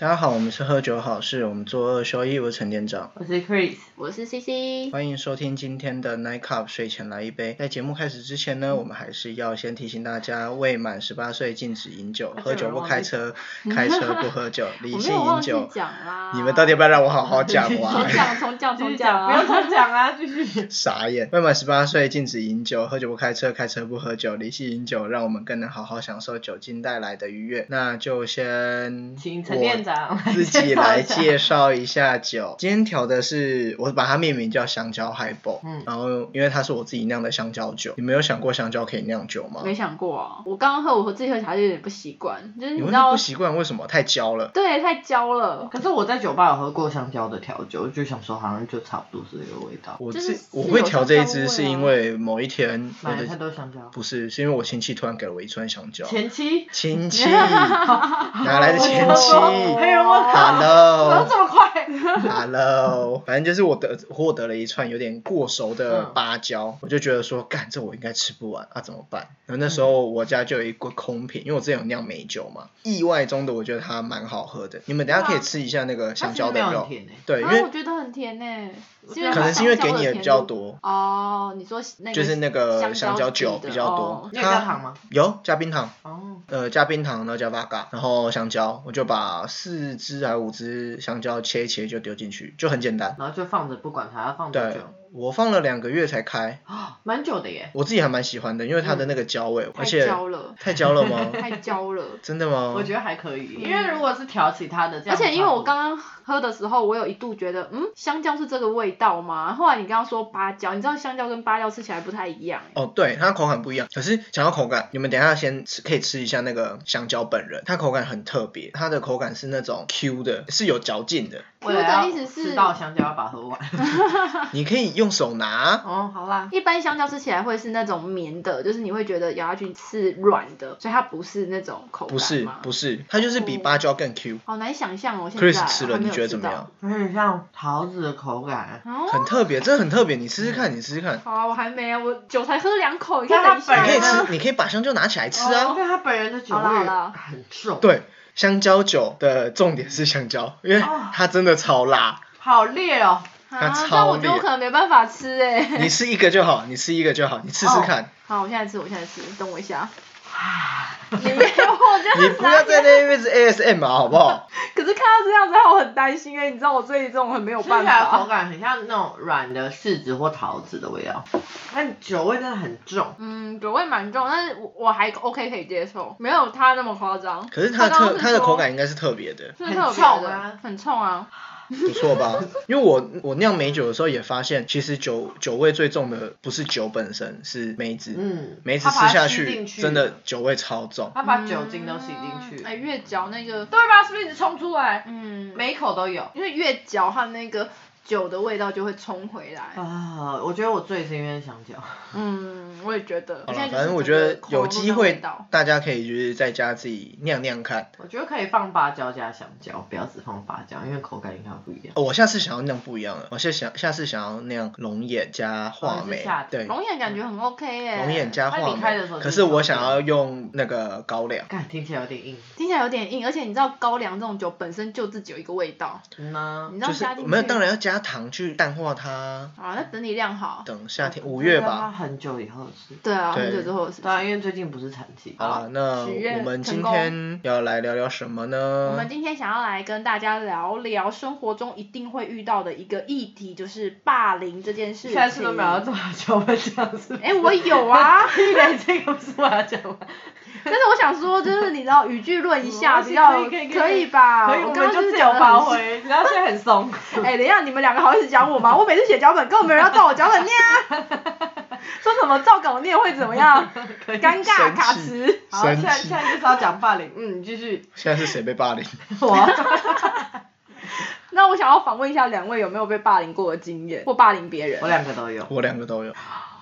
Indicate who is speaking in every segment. Speaker 1: 大家好，我们是喝酒好事，我们做二休一，我是陈店长。
Speaker 2: 我是 Chris，
Speaker 3: 我是 CC。
Speaker 1: 欢迎收听今天的 Night Cup 睡前来一杯。在节目开始之前
Speaker 3: 嗯
Speaker 1: 呢，我们还是要先提醒大家，未满十八岁禁止饮酒，
Speaker 2: 啊
Speaker 1: 喝
Speaker 2: 这
Speaker 1: 酒
Speaker 2: 个
Speaker 1: 不
Speaker 2: 我
Speaker 1: 开
Speaker 2: 忘记
Speaker 1: 车，开车不喝酒，理
Speaker 3: 我没
Speaker 1: 性
Speaker 3: 有
Speaker 1: 饮
Speaker 3: 忘记
Speaker 1: 酒。
Speaker 3: 讲啦。
Speaker 1: 你们到底要不要让我好好 讲
Speaker 3: 重
Speaker 1: 完？
Speaker 3: 讲重讲
Speaker 2: 继
Speaker 3: 重
Speaker 2: 续讲，不
Speaker 3: 啊
Speaker 2: 要！重讲啊， 继续。
Speaker 1: 傻眼！未满十八岁禁止饮酒，喝酒不开车，开车不喝酒，理性饮酒，让我们更能好好享受酒精带来的愉悦。那就先
Speaker 2: 请陈店长
Speaker 1: 我自己来介绍一下酒。今天调的是我把它命名叫香蕉 highball，、
Speaker 2: 嗯
Speaker 1: 然后因为它是我自己酿的香蕉酒。你没有想过香蕉可以酿酒吗？
Speaker 3: 没想过啊，我刚刚喝，我喝自己喝起来就有点不习惯，就是
Speaker 1: 你
Speaker 3: 你
Speaker 1: 会
Speaker 3: 知道
Speaker 1: 不，习惯为什么？太焦了。
Speaker 3: 对，太焦了。
Speaker 2: 可是我在酒吧有喝过香蕉的调酒，就想说好像就差不多是这个味道。
Speaker 1: 我
Speaker 3: 就
Speaker 1: 自
Speaker 3: 是
Speaker 1: 我
Speaker 3: 是
Speaker 1: 会
Speaker 3: 有
Speaker 1: 调
Speaker 3: 香
Speaker 1: 这一
Speaker 3: 蕉
Speaker 1: 支，
Speaker 3: 味
Speaker 1: 是
Speaker 3: 啊
Speaker 1: 因为某一天我
Speaker 2: 买了太
Speaker 1: 的
Speaker 2: 多香蕉。
Speaker 1: 不是，是因为我亲戚突然给了我一串香蕉。
Speaker 2: 前期，
Speaker 1: 亲 戚哪来的前 妻
Speaker 2: 还有人问我，
Speaker 3: 啊
Speaker 2: 怎么
Speaker 1: ？Hello
Speaker 2: 这么快？
Speaker 1: Hello，反正就是我得获得了一串有点过熟的
Speaker 2: 嗯
Speaker 1: 芭蕉，我就觉得说，干这我应该吃不完啊，怎么办？然后那时
Speaker 2: 嗯
Speaker 1: 候我家就有一个空瓶，因为我之前有酿美酒嘛，意外中的我觉得它蛮好喝的，你们等一下可以吃一下那个香蕉的
Speaker 2: 它其实没有
Speaker 1: 肉
Speaker 2: 很，甜啊诶
Speaker 1: 对，因
Speaker 3: 然
Speaker 1: 为
Speaker 3: 后我觉得很甜呢，是因为
Speaker 1: 可能是因为给你的
Speaker 3: 的
Speaker 1: 比较多。
Speaker 3: 哦。你说那个
Speaker 1: 就是那个香
Speaker 3: 香
Speaker 1: 蕉
Speaker 3: 酒
Speaker 1: 酒比较多
Speaker 3: 哦，
Speaker 2: 你有加
Speaker 1: 啊
Speaker 2: 糖吗？
Speaker 1: 有加冰糖，
Speaker 2: 哦，
Speaker 1: 呃，加冰糖，然后加 v 嘎，然后香蕉，我就把四只还五只香蕉切一切就丢进去，就很简单。
Speaker 2: 然后就放着不管它，要放多
Speaker 1: 对
Speaker 2: 久？，
Speaker 1: 我放了两个月才开，
Speaker 2: 啊，蛮久的耶。
Speaker 1: 我自己还蛮喜欢的，因为它的那个焦味，而
Speaker 3: 嗯太
Speaker 1: 且
Speaker 3: 焦了，
Speaker 1: 太焦了吗？
Speaker 3: 太焦 了。
Speaker 1: 真的吗？
Speaker 2: 我觉得还可以，因为如果是调其他的，这
Speaker 3: 嗯而
Speaker 2: 样
Speaker 3: 且因为我
Speaker 2: 差不多
Speaker 3: 刚刚喝的时候，我有一度觉得，嗯，香蕉是这个味道吗？后来你刚刚说芭蕉，你知道香蕉跟芭蕉吃起来不太一样、欸，
Speaker 1: 哦，对，它口感不一样。可是讲到口感，你们等一下先吃，可以吃一下那个香蕉本人，它口感很特别，它的口感是那种 Q 的，是有嚼劲的，
Speaker 2: 为了啊要
Speaker 3: 我的意思是
Speaker 2: 吃到香蕉要把它喝 完。
Speaker 1: 你可以用手拿。
Speaker 2: 哦，好啦，
Speaker 3: 一般香蕉吃起来会是那种绵的，就是你会觉得咬下去是软的，所以它不是那种口感
Speaker 1: 不是
Speaker 3: 嘛
Speaker 1: 不是，它就是比芭蕉更 Q，
Speaker 3: 好难想象哦，现在
Speaker 1: Chris 吃了
Speaker 3: 还没有
Speaker 1: 你觉得怎么样
Speaker 2: 有点像桃子的口感，
Speaker 3: 到？哦，
Speaker 1: 很特别，真的很特别，你试试看，你试试看。
Speaker 3: 好啊，我还没啊，我酒才喝两口，你可以
Speaker 2: 但它
Speaker 3: 等一下啊
Speaker 1: 你可
Speaker 3: 吗
Speaker 1: 以
Speaker 2: 本来
Speaker 1: 吃，你可以把香蕉拿起来吃啊。
Speaker 2: 但它本人的酒
Speaker 3: 哦好啦好
Speaker 2: 味
Speaker 3: 啦
Speaker 2: 很重，，
Speaker 1: 对，香蕉酒的重点是香蕉，因为
Speaker 2: 哦
Speaker 1: 它真的超辣。
Speaker 2: 好烈哦。
Speaker 1: 它
Speaker 3: 啊
Speaker 1: 超，
Speaker 3: 但我觉得我
Speaker 1: 烈
Speaker 3: 可能没办法吃哎、
Speaker 1: 你吃一个就好，你吃一个就好，你试试看。
Speaker 2: 哦
Speaker 3: 好，我现在吃，我现在吃，等我一下。啊
Speaker 2: 唉
Speaker 3: 你我真
Speaker 1: 你
Speaker 3: 的
Speaker 1: 不要在那 边是 ASM 啊，好不好？
Speaker 3: 可是看到这样子，我很担心哎、你知道我对这种很没有
Speaker 2: 吃起
Speaker 3: 办
Speaker 2: 来的口
Speaker 3: 法。
Speaker 2: 感很像那种软的柿子或桃子的味道，但酒味真的很重。
Speaker 3: 嗯，酒味蛮重，但是我我还 OK 可以接受，没有它那么夸张。
Speaker 1: 可是它的
Speaker 3: 刚刚
Speaker 1: 特
Speaker 3: 是
Speaker 1: 它的
Speaker 3: 说
Speaker 1: 口感应该是特别 的，
Speaker 3: 是特
Speaker 2: 很
Speaker 3: 别的
Speaker 2: 冲啊
Speaker 3: 很冲啊。
Speaker 1: 不错吧？因为我我酿美酒的时候也发现，其实酒酒味最重的不是酒本身，是梅子。
Speaker 2: 嗯，
Speaker 1: 梅子
Speaker 2: 它
Speaker 1: 吃
Speaker 2: 把它
Speaker 1: 下
Speaker 2: 吸
Speaker 1: 去，
Speaker 2: 进去
Speaker 1: 真的酒味超重。
Speaker 2: 它把酒精都吸进去，
Speaker 3: 嗯哎、越嚼那个，
Speaker 2: 对吧？是不是一直冲出来？
Speaker 3: 嗯，
Speaker 2: 每一口都有。
Speaker 3: 因为越嚼它那个酒的味道就会冲回来。
Speaker 2: 啊，我觉得我醉是因为香蕉。
Speaker 3: 嗯，我也觉得。
Speaker 1: 好了，
Speaker 3: 现在就是
Speaker 1: 反正我觉
Speaker 3: 整个
Speaker 1: 得
Speaker 3: 口
Speaker 1: 有
Speaker 3: 中
Speaker 1: 机
Speaker 3: 的
Speaker 1: 会
Speaker 3: 味道，
Speaker 1: 大家可以就是在家自己酿酿看。
Speaker 2: 我觉得可以放芭蕉加香蕉，不要只放芭蕉，因为口感应该不一样。
Speaker 1: 哦我下次想要酿不一样的，我下想下次想要酿龙眼加话梅
Speaker 2: 哦是夏，
Speaker 1: 对，
Speaker 3: 龙眼感觉很 OK 哎、
Speaker 1: 龙眼加
Speaker 2: 那
Speaker 1: 话
Speaker 2: 你开的时
Speaker 1: 梅。
Speaker 2: 候
Speaker 1: 可
Speaker 2: 就是
Speaker 1: 我
Speaker 2: 放
Speaker 1: 想
Speaker 2: 龙
Speaker 1: 要用那个高粱。
Speaker 2: 干，听起来有点硬。
Speaker 3: 听起来有点硬，而且你知道高粱这种酒本身就自己有一个味道，
Speaker 2: 嗯呢
Speaker 3: 你知道
Speaker 1: 就是
Speaker 3: 加进去
Speaker 1: 没有，当然要加糖去淡化它。
Speaker 3: 啊，那等你量好。
Speaker 1: 等夏天五月吧。
Speaker 2: 很久以后的事。
Speaker 3: 对啊，
Speaker 1: 对
Speaker 3: 很久之后的事情
Speaker 2: 对。啊，因为最近不是产期。
Speaker 1: 好了，啊那
Speaker 3: 许愿
Speaker 1: 我们今
Speaker 3: 成功
Speaker 1: 天要来聊聊什么
Speaker 3: 我
Speaker 1: 呢
Speaker 3: 们？今天想要来跟大家聊聊生活中一定会遇到的一个议题，就是霸凌这件事情。
Speaker 2: 下次都没有要这么久，我们这样是不是。
Speaker 3: 哎、我有啊，
Speaker 2: 对，这个不是我要讲吗？
Speaker 3: 但是我想说，就是你知道语句论一下
Speaker 2: 嗯
Speaker 3: 比较
Speaker 2: 可以可以可以
Speaker 3: 吧？
Speaker 2: 可以，
Speaker 3: 我
Speaker 2: 我
Speaker 3: 刚
Speaker 2: 们
Speaker 3: 刚
Speaker 2: 就
Speaker 3: 就是
Speaker 2: 自
Speaker 3: 讲
Speaker 2: 由
Speaker 3: 得
Speaker 2: 发
Speaker 3: 很细。
Speaker 2: 挥，然后现在很 松。
Speaker 3: 哎、等一下，你们两个好意思讲我吗？我每次写脚本，根本没人要照我脚本念啊。 说什么照稿念会怎么样？尴
Speaker 1: 生
Speaker 3: 尬
Speaker 1: 气
Speaker 3: 卡词。
Speaker 2: 好，现在
Speaker 1: 生气
Speaker 2: 现在就是要讲霸凌，嗯，你继续。
Speaker 1: 现在是谁被霸凌？
Speaker 2: 我
Speaker 3: 那我想要访问一下两位有没有被霸凌过的经验，或霸凌别人？
Speaker 2: 我两个都有。
Speaker 1: 我两个都有。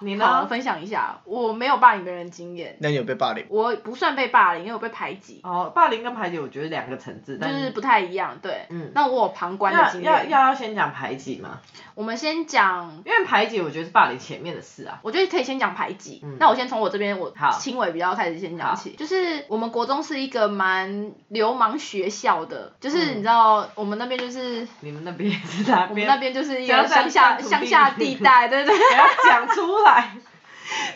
Speaker 2: 你
Speaker 3: 好，
Speaker 2: 呢？
Speaker 3: 分享一下，我没有霸凌别人的经验，
Speaker 1: 那你有被霸凌？
Speaker 3: 我不算被霸凌，因为我被排挤，
Speaker 2: 哦，霸凌跟排挤，我觉得两个层次，
Speaker 3: 就
Speaker 2: 但
Speaker 3: 是不太一样。对，
Speaker 2: 嗯
Speaker 3: 那我有旁观的
Speaker 2: 要
Speaker 3: 经
Speaker 2: 要
Speaker 3: 验。
Speaker 2: 要要先讲排挤嘛，
Speaker 3: 我们先讲，
Speaker 2: 因为排挤我觉得是霸凌前面的事啊。
Speaker 3: 我觉得可以先讲排挤。
Speaker 2: 嗯
Speaker 3: 那我先从我这边我
Speaker 2: 好
Speaker 3: 轻微比较开始先讲起，就是我们国中是一个蛮流氓学校的，就是
Speaker 2: 嗯
Speaker 3: 你知道我们那边就是。
Speaker 2: 你们那边是哪
Speaker 3: 我们
Speaker 2: 边？
Speaker 3: 那边就是一
Speaker 2: 不要
Speaker 3: 个
Speaker 2: 再
Speaker 3: 乡下
Speaker 2: 占土地
Speaker 3: 乡下地带，对对对，
Speaker 2: 不要讲出来。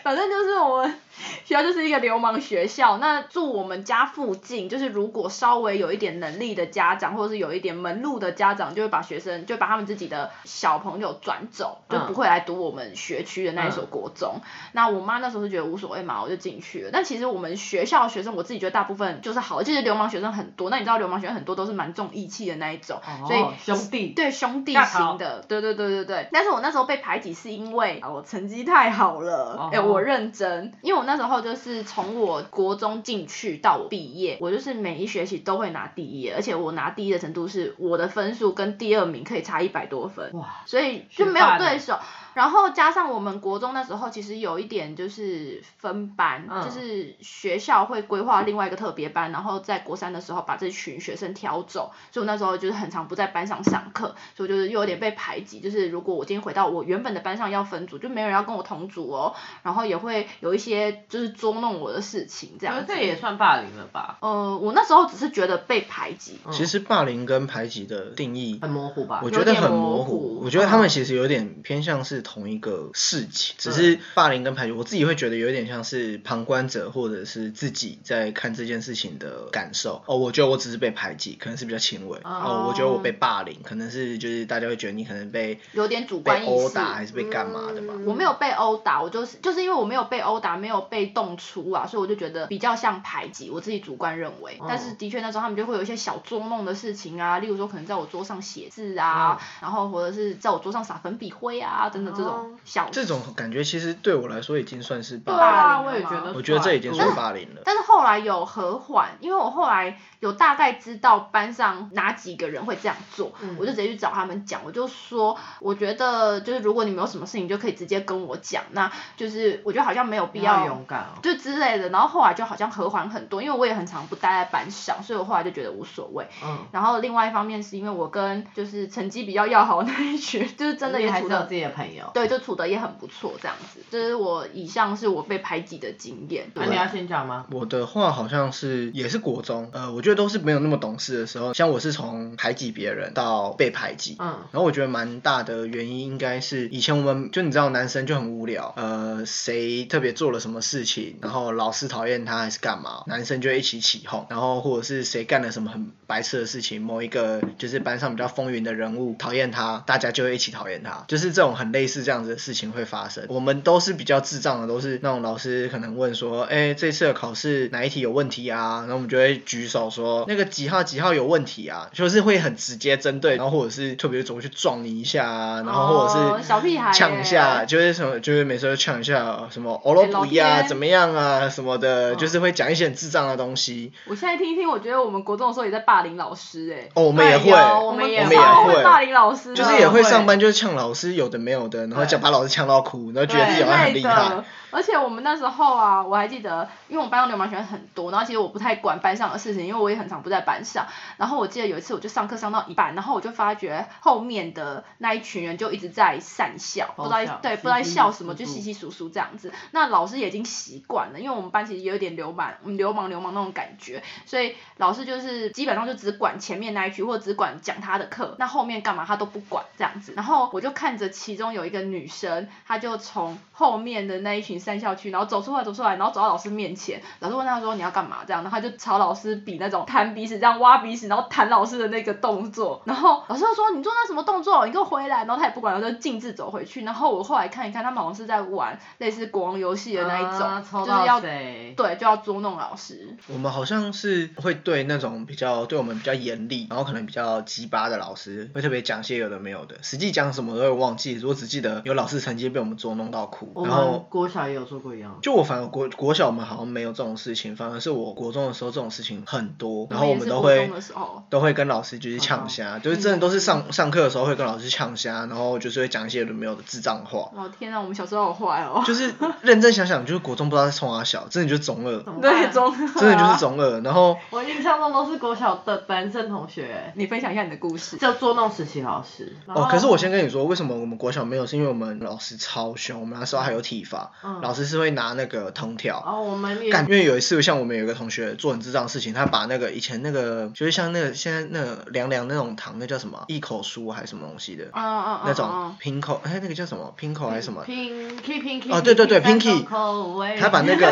Speaker 3: 反正就是我们学校就是一个流氓学校。那住我们家附近，就是如果稍微有一点能力的家长，或者是有一点门路的家长，就会把学生就把他们自己的小朋友转走，就
Speaker 2: 嗯
Speaker 3: 不会来读我们学区的那一所国中。那我妈那时候是觉得无所谓嘛，我就进去了。但其实我们学校的学生，我自己觉得大部分就是好，就是流氓学生很多。那你知道流氓学生很多都是蛮重义气的那一种， 所以
Speaker 2: 哦兄弟，
Speaker 3: 对兄弟
Speaker 2: 大头
Speaker 3: 型的，对对对对对。但是我那时候被排挤是因为啊我成绩太好了
Speaker 2: 哦，
Speaker 3: 哎、我认真，因为我那时候就是从我国中进去到我毕业，我就是每一学期都会拿第一，而且我拿第一的程度是我的分数跟第二名可以差一百多分，
Speaker 2: 哇，
Speaker 3: 所以就没有对手。然后加上我们国中那时候其实有一点就是分班，
Speaker 2: 嗯
Speaker 3: 就是学校会规划另外一个特别班，然后在国三的时候把这群学生挑走，所以我那时候就是很常不在班上上课，所以我就是又有点被排挤。就是如果我今天回到我原本的班上要分组，就没有人要跟我同组哦，然后也会有一些就是捉弄我的事情这
Speaker 2: 我觉
Speaker 3: 样
Speaker 2: 得
Speaker 3: 子
Speaker 2: 这。也算霸凌了吧？
Speaker 3: 呃，我那时候只是觉得被排挤，
Speaker 2: 嗯
Speaker 1: 其实霸凌跟排挤的定义
Speaker 2: 很模糊吧
Speaker 1: 我？
Speaker 3: 有
Speaker 1: 觉得
Speaker 3: 点
Speaker 1: 很
Speaker 3: 模
Speaker 1: 模
Speaker 3: 糊
Speaker 1: 糊，我觉得他
Speaker 3: 嗯
Speaker 1: 们其实有点偏向是同一个事情，只是霸凌跟排挤，我自己会觉得有点像是旁观者或者是自己在看这件事情的感受。哦，我觉得我只是被排挤，可能是比较轻微。哦，我觉得我被霸凌，可能是就是大家会觉得你可能被
Speaker 3: 有点主观
Speaker 1: 被
Speaker 3: 意识。
Speaker 1: 殴打还是被干嘛的嘛。
Speaker 3: 我没有被殴打，我就是就是因为我没有被殴打，没有被动粗啊，所以我就觉得比较像排挤，我自己主观认为。
Speaker 2: 哦
Speaker 3: 但是的确那时候他们就会有一些小捉弄的事情啊，例如说可能在我桌上写字啊，
Speaker 2: 嗯
Speaker 3: 然后或者是在我桌上撒粉笔灰啊等等这种
Speaker 2: 哦
Speaker 3: 小。
Speaker 1: 这种感觉其实对我来说已经算是
Speaker 3: 对
Speaker 1: 霸
Speaker 3: 啊，嗯
Speaker 2: 霸凌了吗
Speaker 3: 我也觉
Speaker 1: 凌了，
Speaker 3: 得
Speaker 1: 我觉得这已经算霸凌了。
Speaker 3: 但是后来有和缓，因为我后来有大概知道班上哪几个人会这样做，
Speaker 2: 嗯
Speaker 3: 我就直接去找他们讲，我就说，我觉得就是如果你们有什么事情，就可以直接跟我讲，那就是我觉得好像没有必
Speaker 2: 比
Speaker 3: 要
Speaker 2: 较勇敢哦。
Speaker 3: 就之类的，然后后来就好像和缓很多，因为我也很常不待在班上，所以我后来就觉得无所谓。
Speaker 2: 嗯，
Speaker 3: 然后另外一方面是因为我跟就是成绩比较要好的那一群，就是真的也
Speaker 2: 你还
Speaker 3: 处
Speaker 2: 是有
Speaker 3: 的
Speaker 2: 自己的朋友。
Speaker 3: 对，就处的也很不错这样子。这、是我以上是我被排挤的经验。
Speaker 2: 那
Speaker 3: 对，
Speaker 2: 你要先讲吗？
Speaker 1: 我的话好像是也是国中，呃，我觉得都是没有那么懂事的时候，像我是从排挤别人到被排挤，
Speaker 2: 嗯，
Speaker 1: 然后我觉得蛮大的原因应该是以前我们就你知道男生就很无聊，呃，谁特别做了什么事情，然后老师讨厌他还是干嘛，男生就会一起起哄，然后或者是谁干了什么很白痴的事情，某一个就是班上比较风云的人物讨厌他，大家就会一起讨厌他，就是这种很类似这样子的事情会发生。我们都是比较智障的，都是那种老师可能问说，哎，这次的考试哪一题有问题啊？然后我们就会举手说那个几号几号有问题啊，就是会很直接针对，然后或者是特别走过去撞你一下啊，然后或
Speaker 3: 哦
Speaker 1: 者是
Speaker 3: 小屁孩
Speaker 1: 呛一下，
Speaker 3: 耶
Speaker 1: 就是什么，就是每次都呛一下什么欧罗布
Speaker 3: 哎老
Speaker 1: 呀
Speaker 3: 天
Speaker 1: 怎么样啊什么的，就是会讲一些很智障的东西。
Speaker 3: 我现在听一听，我觉得我们国中的时候也在霸凌老师哎、
Speaker 1: 哦，我们也
Speaker 2: 对
Speaker 1: 会，
Speaker 2: 有
Speaker 3: 我
Speaker 2: 我们
Speaker 3: 也
Speaker 2: 也
Speaker 3: 超
Speaker 1: 会
Speaker 3: 会霸凌老师的，哦
Speaker 1: 就是也会
Speaker 2: 会
Speaker 1: 上班就是呛老师有的没有的，然后讲
Speaker 2: 对
Speaker 1: 把老师呛到哭，然后觉得自己好像很厉害
Speaker 3: 的。。而且我们那时候啊，我还记得，因为我们班上流氓学生很多，然后其实我不太管班上的事情，因为我也很常不在班上。然后我记得有一次，我就上课上到一半，然后我就发觉后面的那一群人就一直在散笑，不
Speaker 2: 爆
Speaker 3: 知道
Speaker 2: 笑
Speaker 3: 对
Speaker 2: 稀
Speaker 3: 不知道
Speaker 2: 稀
Speaker 3: 笑什么，
Speaker 2: 疏
Speaker 3: 就
Speaker 2: 疏
Speaker 3: 稀稀疏疏这样子。那老师也已经习惯了，因为我们班其实也有点流氓，嗯流氓流氓那种感觉，所以老师就是基本上就只管前面那一区，或者只管讲他的课，那后面干嘛他都不管这样子。然后我就看着其中有一个女生，她就从后面的那一群三校区，然后走出来走出来，然后走到老师面前，老师问她说你要干嘛这样，然后她就朝老师比那种弹鼻屎这样挖鼻屎，然后弹老师的那个动作，然后老师就说你做那什么动作，你给我回来，然后她也不管，然后就径自走回去。然后我后来看一看，他们好像是在玩类似国王游戏的那一种，
Speaker 2: 啊抽
Speaker 3: 就是要
Speaker 2: 到谁？
Speaker 3: 对就要捉弄老师。
Speaker 1: 我们好像是会对那种比较对我们比较严厉，然后可能比较鸡巴的老师，会特别讲些有的没有的，实际讲什么都会忘记，我只记得有老师曾经被我们捉弄到哭，
Speaker 2: 我
Speaker 1: 然
Speaker 2: 们
Speaker 1: 后。
Speaker 2: 国小也有做过一样的，
Speaker 1: 就我反而国国小我们好像没有这种事情，反而是我国中的时候这种事情很多，然后我
Speaker 3: 也
Speaker 1: 们
Speaker 3: 是
Speaker 1: 都
Speaker 3: 国
Speaker 1: 会
Speaker 3: 中的时候，哦嗯
Speaker 1: 都会跟老师就是呛虾，就是真的都是上上课的时候会跟老师呛虾，然后就是会讲一些有的没有的智障话，
Speaker 3: 老天啊，我们小时候好坏哦，
Speaker 1: 就是认真想想，就是国中不知道在冲哪啊小，真的就是中二，
Speaker 2: 怎么办
Speaker 3: 对，中
Speaker 1: 真的就是中二。然后
Speaker 2: 我印象中都是国小的男生同学，
Speaker 3: 你分享一下你的 故事。
Speaker 2: 就捉弄实习老师。然后
Speaker 1: 哦，可是我先跟你说，为什么我们国小没有，是因为我们老师超凶，我们那时候还有体罚，
Speaker 2: 嗯
Speaker 1: 老师是会拿那个藤条。
Speaker 2: 哦，我们也
Speaker 1: 干，因为有一次，像我们有一个同学做很智障的事情，他把那个以前那个，就是像那个现在那个凉凉那种糖，那叫什么啊一口酥还是什么东西的，
Speaker 3: 嗯嗯嗯，
Speaker 1: 那种
Speaker 3: 嗯
Speaker 1: p i n k o 哎，那个叫什么 p i n k o 还是什么？
Speaker 2: Pinky Pinky
Speaker 1: 哦对对对 Pinky 他
Speaker 2: 他
Speaker 1: 把那个，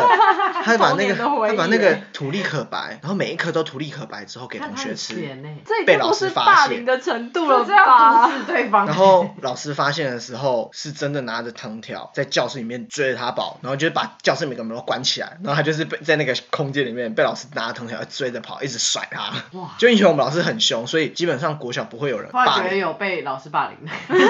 Speaker 1: 他把那
Speaker 3: 童
Speaker 1: 个，
Speaker 3: 年的回忆
Speaker 1: 他
Speaker 3: 欸
Speaker 1: 把那个土力可白，然后每一颗都土力可白之后给同学吃，
Speaker 2: 呢，
Speaker 3: 这已
Speaker 1: 被
Speaker 3: 经
Speaker 1: 老
Speaker 3: 不
Speaker 1: 师
Speaker 3: 是
Speaker 1: 发
Speaker 3: 霸
Speaker 1: 现
Speaker 3: 凌的程度
Speaker 2: 就
Speaker 3: 了
Speaker 2: 这样啊
Speaker 3: 吧
Speaker 2: 毒？死对方。
Speaker 1: 然 后老师发现的时候，是真的拿着藤条在教室里面追着他跑，然后就是把教室每个门都关起来，然后他就是被在那个空间里面被老师拿着藤条追着跑，一直甩他
Speaker 2: 哇。
Speaker 1: 就因为我们老师很凶，所以基本上国小不会有人
Speaker 2: 后来
Speaker 1: 霸
Speaker 2: 觉得
Speaker 1: 凌。
Speaker 2: 有被老师霸凌的，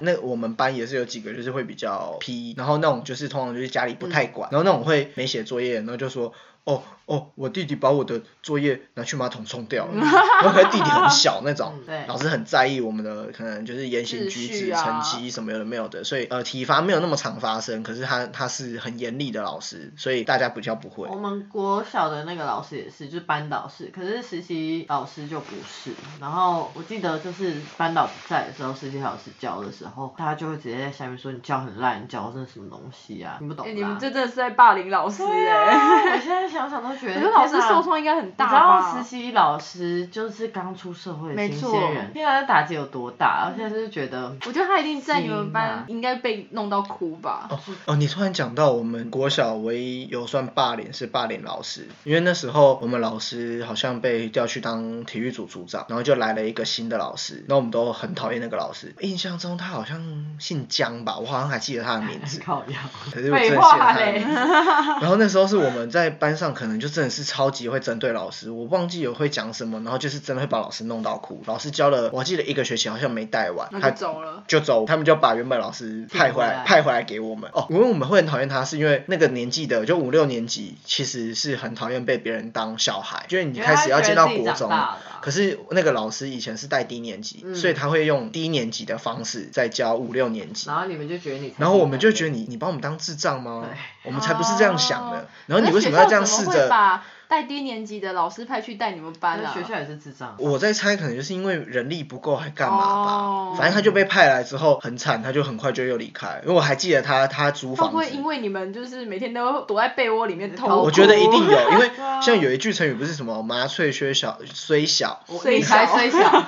Speaker 1: 那我们班也是有几个就是会比较皮，然后那种就是通常就是家里
Speaker 3: 嗯
Speaker 1: 不太管，然后那种会没写作业，然后就说。哦哦，我弟弟把我的作业拿去马桶冲掉了， 然后可能弟弟很小那种
Speaker 2: 嗯，对
Speaker 1: 老师很在意我们的可能就是言行
Speaker 3: 秩
Speaker 1: 举
Speaker 3: 序
Speaker 1: 止、成
Speaker 3: 啊
Speaker 1: 绩什么有的没有的，所以呃体罚没有那么常发生，可是他他是很严厉的老师，所以大家比较不会
Speaker 2: 我。们国小的那个老师也是，就是班导师，可是实习老师就不是。然后我记得就是班导不在的时候，实习老师教的时候，他就会直接在下面说你教很烂，你教的是什么东西啊？你不懂
Speaker 3: 哎
Speaker 2: 啦。
Speaker 3: 你们这真的是在霸凌老师
Speaker 2: 对
Speaker 3: 哎、
Speaker 2: 啊我现在想想都觉
Speaker 3: 我
Speaker 2: 得，
Speaker 3: 觉得老师
Speaker 2: 天哪
Speaker 3: 受创应该很
Speaker 2: 你
Speaker 3: 大
Speaker 2: 知道
Speaker 3: 吧
Speaker 2: 实？习老师就是刚出社会的
Speaker 3: 没
Speaker 2: 新
Speaker 3: 错
Speaker 2: 鲜人，天啊，这打击有多大？我现在就是觉得，
Speaker 3: 我觉得他一定在你
Speaker 2: 行
Speaker 3: 们
Speaker 2: 啊，
Speaker 3: 班应该被弄到哭吧？
Speaker 1: 哦哦，你突然讲到我们国小唯一有算霸凌是霸凌老师，因为那时候我们老师好像被调去当体育组组长，然后就来了一个新的老师，那我们都很讨厌那个老师。印象中他好像姓江吧，我好像还记得他的名字
Speaker 2: 靠腰。
Speaker 1: 可是我真的记得他的名字。然后那时候是我们在班上，可能就真的是超级会针对老师，我忘记有会讲什么，然后就是真的会把老师弄到哭。老师教了，我还记得一个学期好像没带完，
Speaker 3: 那
Speaker 1: 哦他
Speaker 3: 就走了。
Speaker 1: 就走，他们就把原本老师派回来，
Speaker 2: 请回来
Speaker 1: 派回来给我们。哦，因为我们会很讨厌他，是因为那个年纪的，就五六年级，其实是很讨厌被别人当小孩，因为你开始要进到国中了。可
Speaker 2: 是
Speaker 1: 是那个老师以前是带低年级，
Speaker 2: 嗯
Speaker 1: 所以他会用低年级的方式在教五六年级。
Speaker 2: 然后你们就觉得你，
Speaker 1: 然后我们就觉得你你把我们当智障吗
Speaker 2: 对？
Speaker 1: 我们才不是这样想的
Speaker 3: 哦。
Speaker 1: 然后你为什么要这样试
Speaker 3: 那学校怎么会
Speaker 1: 着？
Speaker 3: 把带低年级的老师派去带你们班
Speaker 2: 那
Speaker 3: 啊？
Speaker 2: 学校也是智障，
Speaker 1: 我在猜，可能就是因为人力不够，还干嘛吧？
Speaker 3: 哦
Speaker 1: 反正他就被派来之后很惨，他就很快就又离开。因为我还记得他，他租
Speaker 3: 会
Speaker 1: 房
Speaker 3: 不
Speaker 1: 子
Speaker 3: 会。因为你们就是每天都躲在被窝里面偷
Speaker 2: 我
Speaker 3: 哭？
Speaker 1: 我觉得一定 有，因为
Speaker 2: 啊
Speaker 1: 像有一句成语不是什么麻雀虽小虽小，
Speaker 2: 我
Speaker 3: 虽
Speaker 2: 你才
Speaker 3: 小
Speaker 2: 虽小，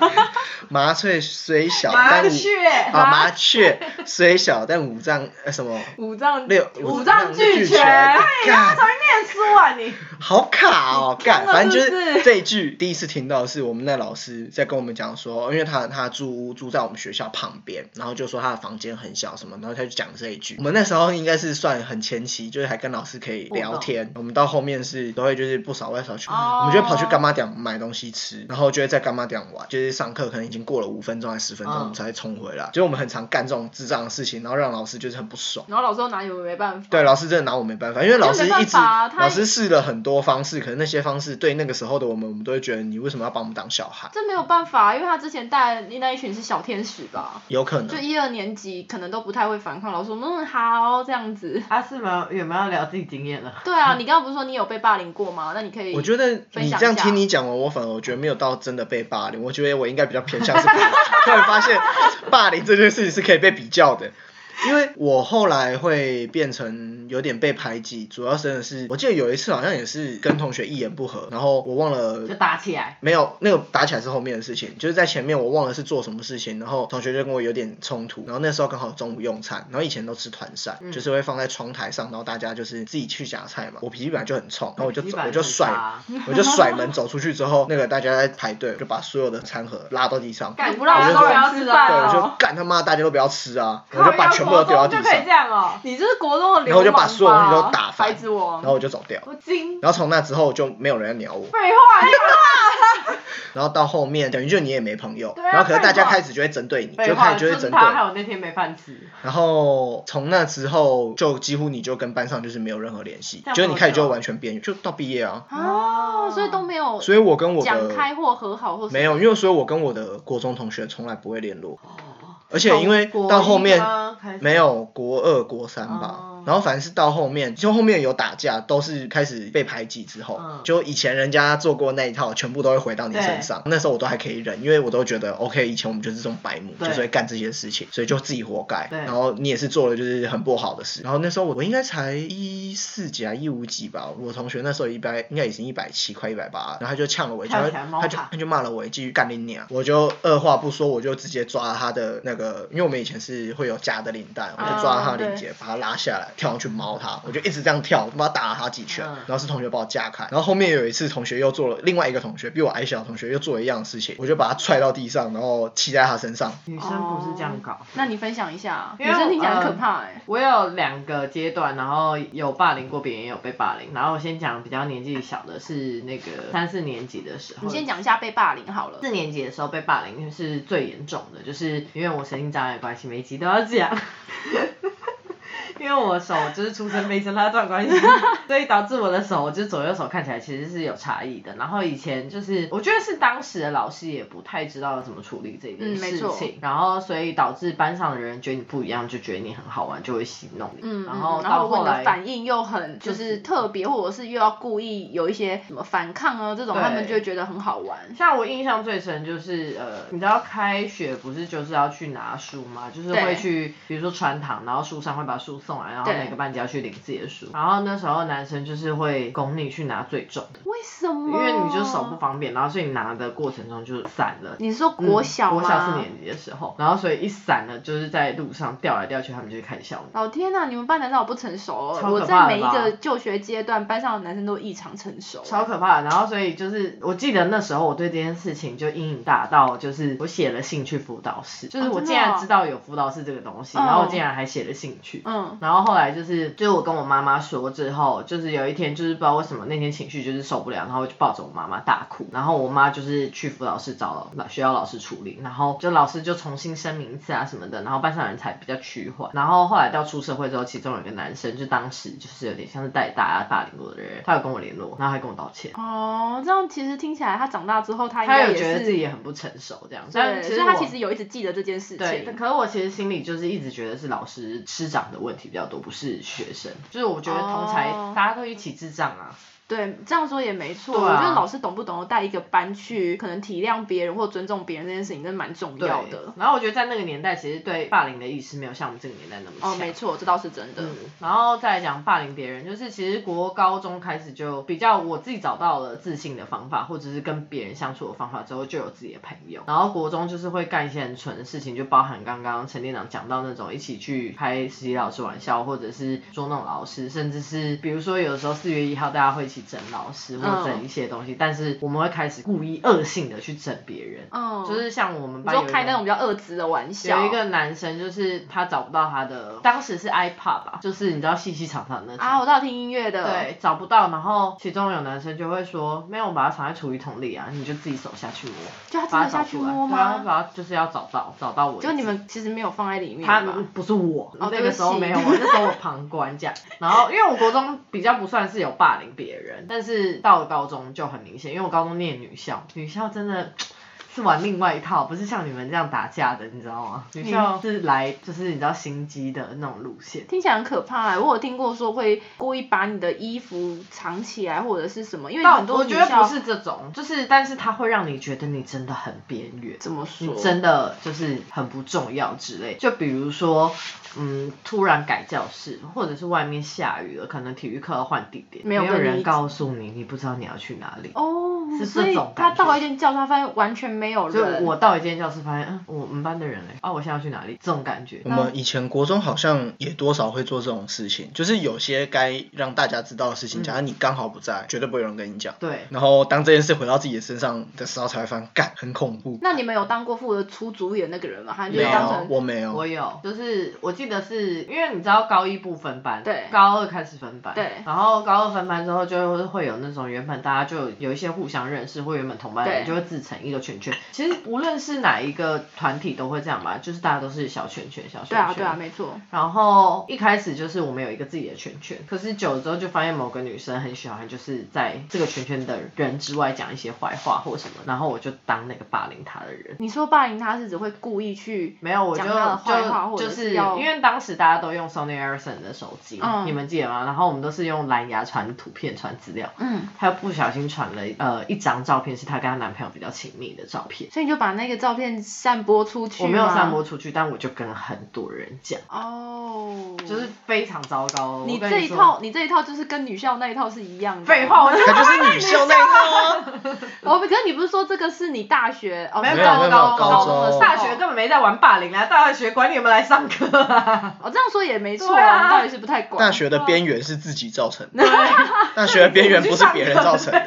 Speaker 1: 麻雀虽小但五
Speaker 2: 麻雀
Speaker 1: 啊麻雀虽小但五脏呃什么
Speaker 3: 五脏
Speaker 1: 六
Speaker 3: 五
Speaker 1: 脏
Speaker 3: 脏
Speaker 1: 俱
Speaker 3: 俱
Speaker 1: 全，
Speaker 3: 全。哎
Speaker 1: 干
Speaker 2: 念书啊你，
Speaker 1: 好卡哦，干，
Speaker 3: 了
Speaker 1: 反正就是
Speaker 3: 不是
Speaker 1: 这一句第一次听到是我们那老师在跟我们讲说，因为他他住屋住在我们学校旁边，然后就说他的房间很小什么，然后他就讲这一句。我们那时候应该是算很前期，就是还跟老师可以聊天。我们到后面是都会就是不少外少去，
Speaker 3: 哦
Speaker 1: 我们就会跑去干妈店买东西吃，然后就会在干妈店玩，就是上课可能已经过了五分钟还是十分钟，
Speaker 2: 嗯
Speaker 1: 我们才会冲回来。就是我们很常干这种智障的事情，然后让老师就是很不爽。
Speaker 3: 然后老师又拿你们没办法。
Speaker 1: 对，老师真的拿我没办法，因为老师
Speaker 3: 就没
Speaker 1: 一
Speaker 3: 办
Speaker 1: 直、
Speaker 3: 法啊他
Speaker 1: 老师试了很多方式，可能那些方式对那个时候的我们，我们都会觉得你为什么要把我们当小孩？
Speaker 3: 这没有办法，因为他之前带的那一群是小天使吧，
Speaker 1: 有可
Speaker 3: 就
Speaker 1: 能。
Speaker 3: 一二年级可能都不太会反抗，老师说嗯好这样子。
Speaker 2: 阿四们有没有聊自己经验了？
Speaker 3: 对啊，你刚刚不是说你有被霸凌过吗？那你可以，
Speaker 1: 我觉得
Speaker 3: 分
Speaker 1: 你
Speaker 3: 享
Speaker 1: 这样
Speaker 3: 一下
Speaker 1: 听你讲完，我反而我觉得没有到真的被霸凌，我觉得我应该比较偏向是霸凌。 突然发现霸凌这件事情是可以被比较的，因为我后来会变成有点被排挤，主要真的是我记得有一次好像也是跟同学一言不合，然后我忘了
Speaker 2: 就打起来，
Speaker 1: 没有，那个打起来是后面的事情，就是在前面我忘了是做什么事情，然后同学就跟我有点冲突，然后那时候刚好中午用餐，然后以前都吃团扇，
Speaker 2: 嗯
Speaker 1: 就是会放在窗台上，然后大家就是自己去夹菜嘛。我脾气本来就很冲，然后我就
Speaker 2: 基
Speaker 1: 走
Speaker 2: 本
Speaker 1: 我就
Speaker 2: 很
Speaker 1: 甩
Speaker 2: 渣
Speaker 1: 我就甩门走出去之后，那个大家在排队，就把所有的餐盒拉到地上，
Speaker 3: 干
Speaker 1: 对，
Speaker 3: 你哎不让
Speaker 1: 我
Speaker 3: 人
Speaker 1: 就
Speaker 3: 家人吃饭
Speaker 1: 我就
Speaker 3: 哦。
Speaker 1: 干他妈大家都不要吃啊，我就把全部都丢到地上，
Speaker 2: 样哦，
Speaker 3: 你就是国中的
Speaker 1: 然
Speaker 3: 流
Speaker 1: 后我就
Speaker 3: 氓吧
Speaker 1: 把所有东西都打翻，
Speaker 3: 孩子王
Speaker 1: 然。后我就走掉，
Speaker 2: 我惊，
Speaker 1: 然后从那之后就没有人要鸟我。
Speaker 2: 废话，你
Speaker 1: 然后到后面等于就你也没朋友，
Speaker 3: 对啊
Speaker 1: 然后可是大家
Speaker 3: 废话
Speaker 1: 开始就会针对你，
Speaker 2: 废
Speaker 1: 就开
Speaker 2: 话，
Speaker 1: 始就会
Speaker 2: 是
Speaker 1: 针对
Speaker 2: 他，还有那天没饭吃，
Speaker 1: 然后从那之后就几乎你就跟班上就是没有任何联系
Speaker 2: 这，样
Speaker 1: 就是
Speaker 2: 多
Speaker 1: 你开始就
Speaker 2: 久
Speaker 1: 完全边缘，就到毕业啊。
Speaker 3: 哦，所以都没有
Speaker 1: 所以我跟我
Speaker 3: 讲
Speaker 1: 的
Speaker 3: 开或和好或什么
Speaker 1: 没有，因为所以我跟我的国中同学从来不会联络，
Speaker 3: 哦
Speaker 1: 而且
Speaker 2: 从
Speaker 1: 因为
Speaker 2: 国
Speaker 1: 到
Speaker 2: 一
Speaker 1: 后面
Speaker 2: 吗开始
Speaker 1: 没有国二、国三吧，
Speaker 2: 哦
Speaker 1: 然后反正是到后面，就后面有打架，都是开始被排挤之后，
Speaker 2: 嗯
Speaker 1: 就以前人家做过那一套，全部都会回到你身上。那时候我都还可以忍，因为我都觉得 OK，以前我们就是这种白目，
Speaker 2: 对
Speaker 1: 就是会干这些事情，所以就自己活该。
Speaker 2: 对
Speaker 1: 然后你也是做了就是很不好的事。然后那时候我我应该才一四几啊一五几吧，我同学那时候一百应该已经一百七快一百八，然后他就呛了我一
Speaker 2: 跳
Speaker 1: 下，
Speaker 2: 起来猫
Speaker 1: 他就
Speaker 2: 爬
Speaker 1: 他就骂了我一句干你娘，我就二话不说，我就直接抓他的那个，因为我们以前是会有夹的领带，我就抓他的领结，把他拉下来，跳上去猫他，我就一直这样跳，我他妈打了他几拳
Speaker 2: 嗯，
Speaker 1: 然后是同学把我架开，然后后面有一次同学又做了，另外一个同学比我矮小的同学又做了一样的事情，我就把他踹到地上，然后骑在他身上，
Speaker 2: 女生不是这样搞。
Speaker 3: 那你分享一下啊，
Speaker 2: 哦因
Speaker 3: 女
Speaker 2: 为我呃
Speaker 3: 生听
Speaker 1: 嗯
Speaker 3: 起来很可怕哎、
Speaker 2: 我有两个阶段，然后有霸凌过别人，也有被霸凌。然后我先讲比较年纪小的，是那个三四年级的时候。
Speaker 3: 你先讲一下被霸凌好了。
Speaker 2: 四年级的时候被霸凌是最严重的，就是因为我神经障碍的关系，每一集都要讲。 因为我手就是出生被生拉断关系， 所以导致我的手就是左右手看起来其实是有差异的。然后以前就是我觉得是当时的老师也不太知道怎么处理这件
Speaker 3: 嗯没
Speaker 2: 事
Speaker 3: 错
Speaker 2: 情，然后所以导致班上的人觉得你不一样，就觉得你很好玩，就会戏弄你。
Speaker 3: 嗯，
Speaker 2: 然
Speaker 3: 嗯
Speaker 2: 后
Speaker 3: 然后
Speaker 2: 到
Speaker 3: 如果
Speaker 2: 后
Speaker 3: 你的
Speaker 2: 来
Speaker 3: 反应又很就是特别，或者是又要故意有一些什么反抗啊这种，
Speaker 2: 对
Speaker 3: 他们就会觉得很好玩。
Speaker 2: 像我印象最深就是呃，你知道开学不是就是要去拿书吗？就是
Speaker 3: 对
Speaker 2: 会去，比如说传堂，然后书上会把书送来，然后
Speaker 3: 对
Speaker 2: 每个班级要去领自己的书。然后那时候男生就是会拱你去拿最重的，
Speaker 3: 为什
Speaker 2: 因
Speaker 3: 么？
Speaker 2: 为你就手不。方便，然后所以你拿的过程中就散了。嗯
Speaker 3: 你是说嗯国小吗？
Speaker 2: 国小四年级的时候，然后所以一散了，就是在路上掉来掉去，他们就会开始笑你。
Speaker 3: 老天啊呐、你们班男生好不成熟哦！
Speaker 2: 超
Speaker 3: 我
Speaker 2: 可怕
Speaker 3: 在
Speaker 2: 的
Speaker 3: 每一
Speaker 2: 吧
Speaker 3: 个就学阶段，班上的男生都异常成熟。
Speaker 2: 超可怕的。然后所以就是，我记得那时候我对这件事情就阴影大到，就是我写了兴趣辅导室，就是
Speaker 3: 哦
Speaker 2: 我
Speaker 3: 真的
Speaker 2: 竟然
Speaker 3: 哦
Speaker 2: 知道有辅导室这个东西，
Speaker 3: 嗯
Speaker 2: 然后我竟然还写了兴趣。
Speaker 3: 嗯，
Speaker 2: 然后后来就是，就是我跟我妈妈说之后，就是有一天就是不知道为什么那天情绪就是受不了，然后我就抱着我妈妈大哭，然后我妈就是去辅导室找老学校老师处理，然后就老师就重新声明一次啊什么的，然后班上人才比较趋缓。然后后来到出社会之后，其中有一个男生就当时就是有点像是带大家霸凌我的人，他有跟我联络，然后还跟我道歉。
Speaker 3: 哦，这样其实听起来，他长大之后，他应
Speaker 2: 他
Speaker 3: 该
Speaker 2: 有
Speaker 3: 也
Speaker 2: 觉得
Speaker 3: 是，
Speaker 2: 自己也很不成熟这样，但
Speaker 3: 对，
Speaker 2: 其
Speaker 3: 所
Speaker 2: 实
Speaker 3: 以他
Speaker 2: 我
Speaker 3: 其实有一直记得这件事
Speaker 2: 对，
Speaker 3: 情。
Speaker 2: 可是我其实心里就是一直觉得是老师师长的问题比较多，不是学生。就是我觉得同才、
Speaker 3: 哦
Speaker 2: 大家都一起智障啊，
Speaker 3: 对，这样说也没错。
Speaker 2: 对啊
Speaker 3: 我觉得老师懂不懂得带一个班去，可能体谅别人或尊重别人这件事情，真的蛮重
Speaker 2: 对
Speaker 3: 要的。。
Speaker 2: 然后我觉得在那个年代，其实对霸凌的意识没有像我们这个年代那么强。
Speaker 3: 哦，没错，这倒是真的。
Speaker 2: 嗯，然后再来讲霸凌别人，就是其实国高中开始就比较我自己找到了自信的方法，或者是跟别人相处的方法之后，就有自己的朋友。然后国中就是会干一些很蠢的事情，就包含刚刚陈店长讲到那种一起去开实习老师玩笑，或者是捉弄老师，甚至是比如说有的时候四月一号大家会一起整老师
Speaker 3: 嗯
Speaker 2: 或整一些东西，但是我们会开始故意恶性的去整别人，
Speaker 3: 嗯，
Speaker 2: 就是像我们
Speaker 3: 你
Speaker 2: 班有
Speaker 3: 说
Speaker 2: 一个
Speaker 3: 开那种比较恶质的玩笑。
Speaker 2: 有一个男生，就是他找不到他的，当时是 iPad 吧，就是你知道细细长长的那种。
Speaker 3: 啊，我到听音乐的。。
Speaker 2: 对，找不到，然后其中有男生就会说，没有，我把它藏在厨余桶里啊，你就自己手下去摸，
Speaker 3: 就他真
Speaker 2: 把
Speaker 3: 的
Speaker 2: 它找
Speaker 3: 下去
Speaker 2: 出来，
Speaker 3: 摸
Speaker 2: 对啊，他
Speaker 3: 吗？
Speaker 2: 把它就是要找到，找到我。
Speaker 3: 就你们其实没有放在里面
Speaker 2: 他
Speaker 3: 吧？
Speaker 2: 不是我，
Speaker 3: 哦
Speaker 2: 那
Speaker 3: 对
Speaker 2: 个
Speaker 3: 不
Speaker 2: 时候
Speaker 3: 起
Speaker 2: 没有，我那时候我旁观 这样。然后因为我国中比较不算是有霸凌别人，但是到了高中就很明显，因为我高中念女校，女校真的。是玩另外一套，不是像你们这样打架的，你知道吗？女
Speaker 3: 嗯
Speaker 2: 校是来就是你知道心机的那种路线，
Speaker 3: 听起来很可怕、欸。我有听过说会故意把你的衣服藏起来或者是什么，因为
Speaker 2: 但
Speaker 3: 很多
Speaker 2: 我
Speaker 3: 女
Speaker 2: 觉得
Speaker 3: 校
Speaker 2: 不是这种，就是但是它会让你觉得你真的很边缘，
Speaker 3: 怎么说
Speaker 2: 你，真的就是很不重要之类。就比如说，嗯，突然改教室，或者是外面下雨了，可能体育课要换地点，
Speaker 3: 没
Speaker 2: 没
Speaker 3: 有跟你
Speaker 2: 人告诉你，你不知道你要去哪里。
Speaker 3: 哦
Speaker 2: 是，这
Speaker 3: 所以
Speaker 2: 种
Speaker 3: 他
Speaker 2: 感觉
Speaker 3: 到了一间教室，他发现完全没有
Speaker 2: 所以
Speaker 3: 人。
Speaker 2: 我到一间教室发现，嗯，我们班的人嘞，啊，我现在要去哪里？这种感觉
Speaker 1: 我。们以前国中好像也多少会做这种事情，就是有些该让大家知道的事情，假如你刚好不在，绝对不会有人跟你讲。
Speaker 2: 对，
Speaker 1: 然后当这件事回到自己的身上的时候，才会发现，干，很恐怖。
Speaker 3: 那你们有当过负责出主意的那个人吗？他就
Speaker 1: 没
Speaker 3: 是当
Speaker 1: 有，
Speaker 3: 成
Speaker 1: 我没有。
Speaker 2: 我有，就是我记得是因为你知道高一不分班，
Speaker 3: 对
Speaker 2: 高二开始分班，
Speaker 3: 对
Speaker 2: 然后高二分班之后就会有那种原本大家就有一些互相认识或原本同班的人
Speaker 3: 对
Speaker 2: 就会自成一个圈圈。其实无论是哪一个团体都会这样吧，就是大家都是小圈圈，小圈圈。
Speaker 3: 对啊对啊，没错。
Speaker 2: 然后一开始就是我们有一个自己的圈圈，可是久了之后就发现某个女生很喜欢，就是在这个圈圈的人之外讲一些坏话或什么，然后我就当那个霸凌她的人。
Speaker 3: 你说霸凌他是只会故意去
Speaker 2: 没有，我就
Speaker 3: 讲她的坏话
Speaker 2: 就
Speaker 3: 或者
Speaker 2: 就是是
Speaker 3: 要
Speaker 2: 因为当时大家都用 Sony Ericsson 的手机，
Speaker 3: 嗯
Speaker 2: 你们记得吗？然后我们都是用蓝牙传图片、传资料。
Speaker 3: 嗯，
Speaker 2: 她不小心传了呃一张照片，是她跟她男朋友比较亲密的照片。
Speaker 3: 所以你就把那个照片散播出去。
Speaker 2: 我没有散播。出去，但我就跟很多人讲，
Speaker 3: 哦，
Speaker 2: 就是非常糟糕。
Speaker 3: 你
Speaker 2: 我跟
Speaker 3: 这一
Speaker 2: 说
Speaker 3: 套，你这一套就是跟女校那一套是一样的。
Speaker 2: 废话，我就
Speaker 1: 他就是女校那一套啊，
Speaker 3: 我可是你不是说这个是你大学哦，
Speaker 2: 没有
Speaker 3: 是
Speaker 2: 没有没有
Speaker 3: 高
Speaker 1: 高
Speaker 3: 中的时
Speaker 1: 中
Speaker 3: 候
Speaker 2: 大学根本没在玩霸凌啊！大学管你有没有来上课 啊？
Speaker 3: 哦，这样说也没错
Speaker 2: 对啊
Speaker 3: 我们到底是不太管。
Speaker 1: 大学的边缘是自己造成的，大学的边缘不是别人造成的。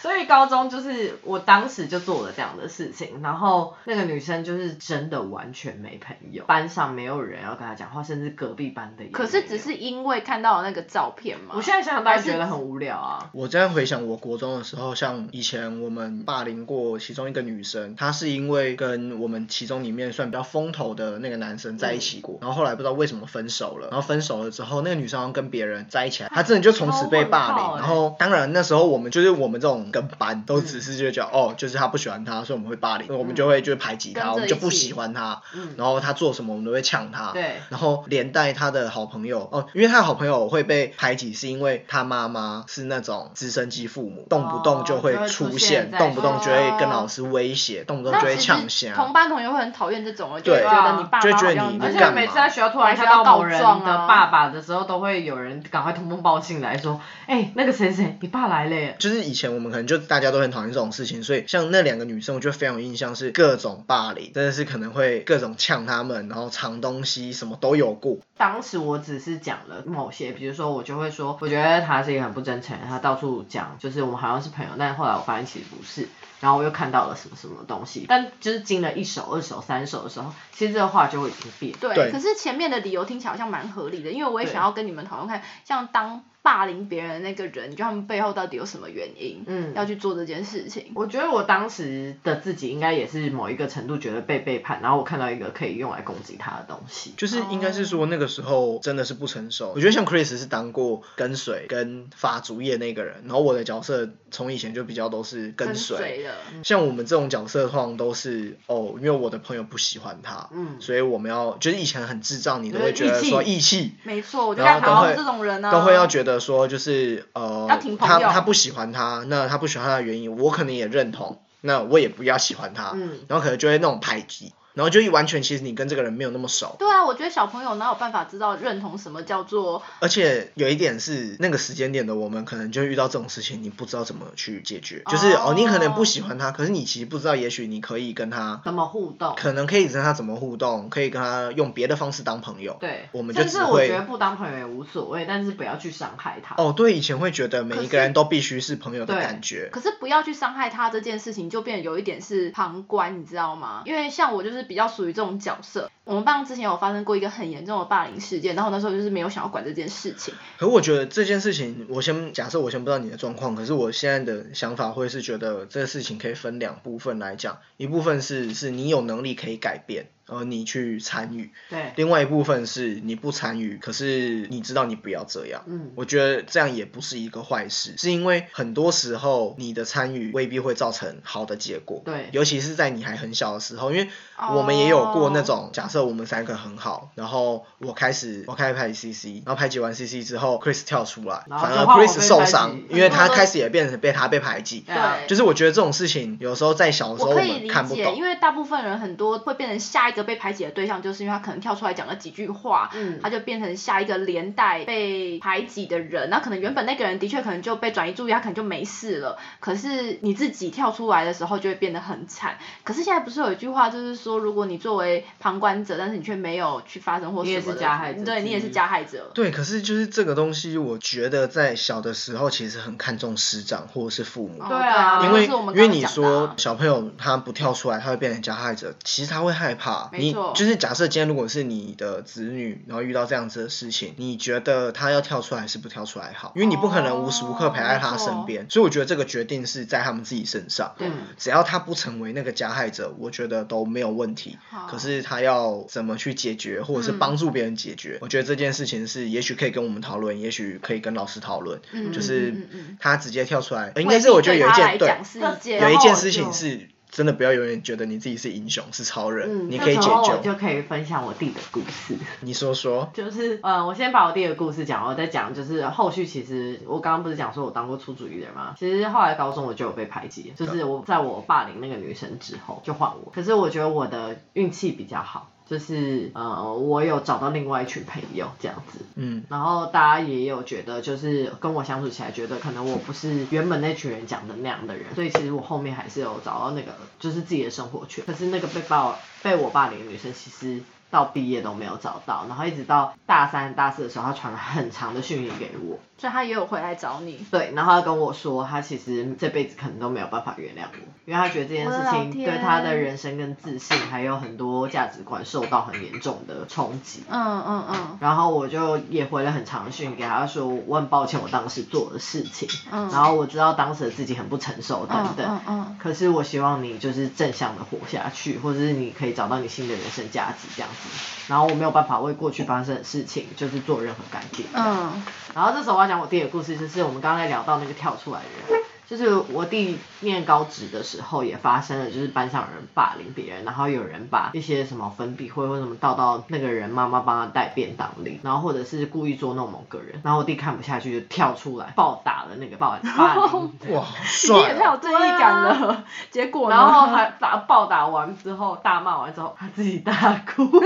Speaker 2: 所以高中就是我当时就做了这样的事情，然后那个女生就是真的完全没朋友，班上没有人要跟她讲话，甚至隔壁班的也没有。
Speaker 3: 可是只是因为看到那个照片嘛。
Speaker 2: 我现在想想，当然觉得很无聊啊。
Speaker 1: 我这样回想，我国中的时候，像以前我们霸凌过其中一个女生，她是因为跟我们其中里面算比较风头的那个男生在一起
Speaker 3: 嗯
Speaker 1: 过，然后后来不知道为什么分手了，然后分手了之后，那个女生好像跟别人在一起，她真的就从此被霸
Speaker 3: 哦
Speaker 2: 好问号
Speaker 1: 凌。
Speaker 2: 欸
Speaker 1: 然后当然那时候我们就是我们这种跟班都
Speaker 3: 嗯
Speaker 1: 只是就觉得、哦，就是她不喜欢她，所以我们会霸凌，我们就会就是排挤
Speaker 3: 跟
Speaker 1: 她，
Speaker 3: 着
Speaker 1: 我们就不
Speaker 3: 一起
Speaker 1: 喜欢她，
Speaker 2: 嗯
Speaker 1: 然后她做什么我们都会呛她。
Speaker 2: 对
Speaker 3: 啊
Speaker 1: 然后连带他的好朋友哦，因为他的好朋友会被排挤，是因为他妈妈是那种直升机父母，动不动就会出现，
Speaker 2: 就会出现在
Speaker 1: 动不动就会跟老师威胁，动不动
Speaker 3: 那
Speaker 1: 就会
Speaker 3: 其
Speaker 1: 呛
Speaker 3: 实
Speaker 1: 瞎
Speaker 3: 同。班同学会很讨厌这种了，就会
Speaker 1: 对
Speaker 3: 觉得你爸妈
Speaker 1: 就会觉得
Speaker 3: 好像
Speaker 1: 你
Speaker 2: 而
Speaker 1: 你
Speaker 2: 且
Speaker 1: 干嘛
Speaker 2: 每次在学校突然看到某人
Speaker 3: 我还是要告状
Speaker 2: 的
Speaker 3: 啊
Speaker 2: 爸爸的时候，都会有人赶快通风报信来说：“哎、那个谁谁，你爸来了耶。
Speaker 1: 就是以前我们可能就大家都很讨厌这种事情，所以像那两个女生，我就非常有印象是各种霸凌，真的是可能会各种呛他们，然后藏东西什么都有过。
Speaker 2: 当时我只是讲了某些，比如说我就会说，我觉得他是一个很不真诚的人，他到处讲，就是我们好像是朋友，但后来我发现其实不是。然后我又看到了什么什么东西，但就是经了一手、二手、三手的时候，其实这个话就会已经变。
Speaker 3: 对，
Speaker 1: 对
Speaker 3: 可是前面的理由听起来好像蛮合理的，因为我也
Speaker 2: 对
Speaker 3: 想要跟你们讨论看，像当霸凌别人的那个人，就他们背后到底有什么原因，
Speaker 2: 嗯
Speaker 3: 要去做这件事情。
Speaker 2: 我觉得我当时的自己应该也是某一个程度觉得被背叛，然后我看到一个可以用来攻击他的东西。
Speaker 1: 就是应该是说那个时候真的是不成熟。我觉得像 Chris 是当过跟随跟法族业那个人，然后我的角色从以前就比较都是跟随，
Speaker 3: 的，
Speaker 1: 像我们这种角色，通常都是哦，因为我的朋友不喜欢他，
Speaker 2: 嗯
Speaker 1: 所以我们要就是以前很智障，你都
Speaker 2: 就是
Speaker 1: 会觉得
Speaker 2: 义气
Speaker 1: 说义气，
Speaker 3: 没错，我就
Speaker 1: 然
Speaker 3: 看
Speaker 1: 后
Speaker 3: 到
Speaker 1: 都会
Speaker 3: 这种人呢、啊
Speaker 1: 都会要觉得说就是呃
Speaker 3: 要挺，朋
Speaker 1: 他
Speaker 3: 友
Speaker 1: 他不喜欢他，那他不喜欢他的原因，我可能也认同，那我也不要喜欢他，
Speaker 2: 嗯
Speaker 1: 然后可能就会那种排挤，然后就完全其实你跟这个人没有那么熟，
Speaker 3: 对啊，我觉得小朋友哪有办法知道认同什么叫做
Speaker 1: 而且有一点是那个时间点的我们可能就遇到这种事情，你不知道怎么去解决，就是
Speaker 3: 哦
Speaker 1: 哦你可能不喜欢他，可是你其实不知道，也许你可以跟他
Speaker 2: 怎么互动？
Speaker 1: 可能可以跟他怎么互动，可以跟他用别的方式当朋友。
Speaker 2: 对，
Speaker 1: 我们就
Speaker 2: 甚
Speaker 1: 只
Speaker 2: 至我
Speaker 1: 会
Speaker 2: 觉得不当朋友也无所谓，但是不要去伤害他。
Speaker 1: 哦，对，以前会觉得每一个人都必须是朋友的
Speaker 2: 对
Speaker 1: 感觉。
Speaker 3: 可是不要去伤害他这件事情，就变得有一点是旁观，你知道吗？因为像我就是比较属于这种角色。我们班之前有发生过一个很严重的霸凌事件，然后那时候就是没有想要管这件事情。
Speaker 1: 可我觉得这件事情，我先假设我先不知道你的状况，可是我现在的想法会是觉得这个事情可以分两部分来讲，一部分是是你有能力可以改变，而你去参与；
Speaker 2: 对，
Speaker 1: 另外一部分是你不参与，可是你知道你不要这样。
Speaker 2: 嗯，
Speaker 1: 我觉得这样也不是一个坏事，是因为很多时候你的参与未必会造成好的结果。
Speaker 2: 对
Speaker 1: 尤其是在你还很小的时候，因为我们也有过那种假设我们三个很好，然后我开始我开始排 CC，然后排挤完 CC 之后，Chris 跳出来，
Speaker 2: 然后
Speaker 1: 反
Speaker 2: 就
Speaker 1: 而
Speaker 2: 换我
Speaker 1: Chris
Speaker 2: 被
Speaker 1: 受
Speaker 2: 排挤
Speaker 1: 伤，因为他开始也变成被他被排挤。
Speaker 2: 对啊
Speaker 3: 对
Speaker 1: 就是我觉得这种事情有时候在小的时候
Speaker 3: 我可以
Speaker 1: 们
Speaker 3: 理
Speaker 1: 看不
Speaker 3: 解，
Speaker 1: 懂，
Speaker 3: 因为大部分人很多会变成下一个被排挤的对象，就是因为他可能跳出来讲了几句话，
Speaker 2: 嗯
Speaker 3: 他就变成下一个连带被排挤的人。那可能原本那个人的确可能就被转移注意，他可能就没事了。可是你自己跳出来的时候，就会变得很惨。可是现在不是有一句话，就是说，如果你作为旁观者，但是你却没有去发声或
Speaker 2: 你
Speaker 3: 什
Speaker 2: 也
Speaker 3: 么
Speaker 2: 是
Speaker 3: 的
Speaker 2: 加害者
Speaker 3: 对你也是加害者。
Speaker 1: 对，可是就是这个东西，我觉得在小的时候其实很看重师长或者是父母。
Speaker 3: 哦
Speaker 2: 对
Speaker 3: 对
Speaker 2: 啊
Speaker 3: 啊，
Speaker 1: 因为
Speaker 3: 就是我们
Speaker 1: 因为
Speaker 3: 刚刚
Speaker 1: 你
Speaker 3: 讲的
Speaker 1: 说
Speaker 3: 啊
Speaker 1: 小朋友他不跳出来，他会变成加害者，其实他会害怕。
Speaker 3: 没
Speaker 1: 你
Speaker 3: 错
Speaker 1: 就是假设今天如果是你的子女，然后遇到这样子的事情，你觉得他要跳出来还是不跳出来好？因为你不可能无时无刻陪在
Speaker 3: 哦
Speaker 1: 他身边，所以我觉得这个决定是在他们自己身上。
Speaker 3: 对
Speaker 2: 嗯
Speaker 1: 只要他不成为那个加害者，我觉得都没有问题
Speaker 3: 好。
Speaker 1: 可是他要怎么去解决，或者是
Speaker 3: 哦嗯
Speaker 1: 帮助别人解决，我觉得这件事情是也许可以跟我们讨论，也许可以跟老师讨论。
Speaker 3: 嗯
Speaker 1: 就是
Speaker 3: 嗯嗯嗯
Speaker 1: 他直接跳出来，呃应该是我觉得有一
Speaker 3: 对他
Speaker 1: 件
Speaker 3: 来
Speaker 1: 对
Speaker 3: 讲是一件
Speaker 1: 有一
Speaker 2: 然后
Speaker 1: 件
Speaker 2: 我
Speaker 1: 事情
Speaker 2: 就是
Speaker 1: 真的不要永远觉得你自己是英雄是超人，
Speaker 2: 嗯，
Speaker 1: 你可以
Speaker 2: 这
Speaker 1: 解
Speaker 2: 时候我
Speaker 1: 救。
Speaker 2: 就可以分享我弟的故事。
Speaker 1: 你说说，
Speaker 2: 就是呃，我先把我弟的故事讲完，我再讲就是后续。其实我刚刚不是讲说我当过出主意人吗？其实后来高中我就有被排挤，就是我在我霸凌那个女生之后就换我，可是我觉得我的运气比较好。就是呃，我有找到另外一群朋友这样子，
Speaker 1: 嗯，
Speaker 2: 然后大家也有觉得，就是跟我相处起来，觉得可能我不是原本那群人讲的那样的人，所以其实我后面还是有找到那个就是自己的生活圈。可是那个被霸被我霸凌的女生，其实到毕业都没有找到，然后一直到大三大四的时候，她传了很长的讯息给我，
Speaker 3: 所以他也有回来找你。
Speaker 2: 对，然后她跟我说，她其实这辈子可能都没有办法原谅我，因为她觉得这件事
Speaker 3: 我的老
Speaker 2: 情
Speaker 3: 天
Speaker 2: 对她的人生跟自信，还有很多价值观受到很严重的冲击。
Speaker 3: 嗯嗯嗯
Speaker 2: 然后我就也回了很长的讯给他说，我很抱歉我当时做的事情，
Speaker 3: 嗯。
Speaker 2: 然后我知道当时的自己很不成熟等等。
Speaker 3: 嗯嗯
Speaker 2: 可是我希望你就是正向的活下去，或者是你可以找到你新的人生价值这样子。然后我没有办法为过去发生的事情就是做任何改变。这样
Speaker 3: 嗯嗯
Speaker 2: 然后这时候我要讲我弟的故事，就是我们刚才聊到那个跳出来的人，就是我弟念高职的时候也发生了，就是班上有人霸凌别人，然后有人把一些什么粉笔灰或什么倒到那个人妈妈帮他带便当里，然后或者是故意捉弄某个人，然后我弟看不下去就跳出来暴打了那个暴霸凌。
Speaker 1: 哇，好
Speaker 3: 你也
Speaker 1: 帅
Speaker 3: 太有
Speaker 1: 哦、
Speaker 3: 正义感了，结果呢
Speaker 2: 然后他打暴打完之后，大骂完之后，他自己大哭，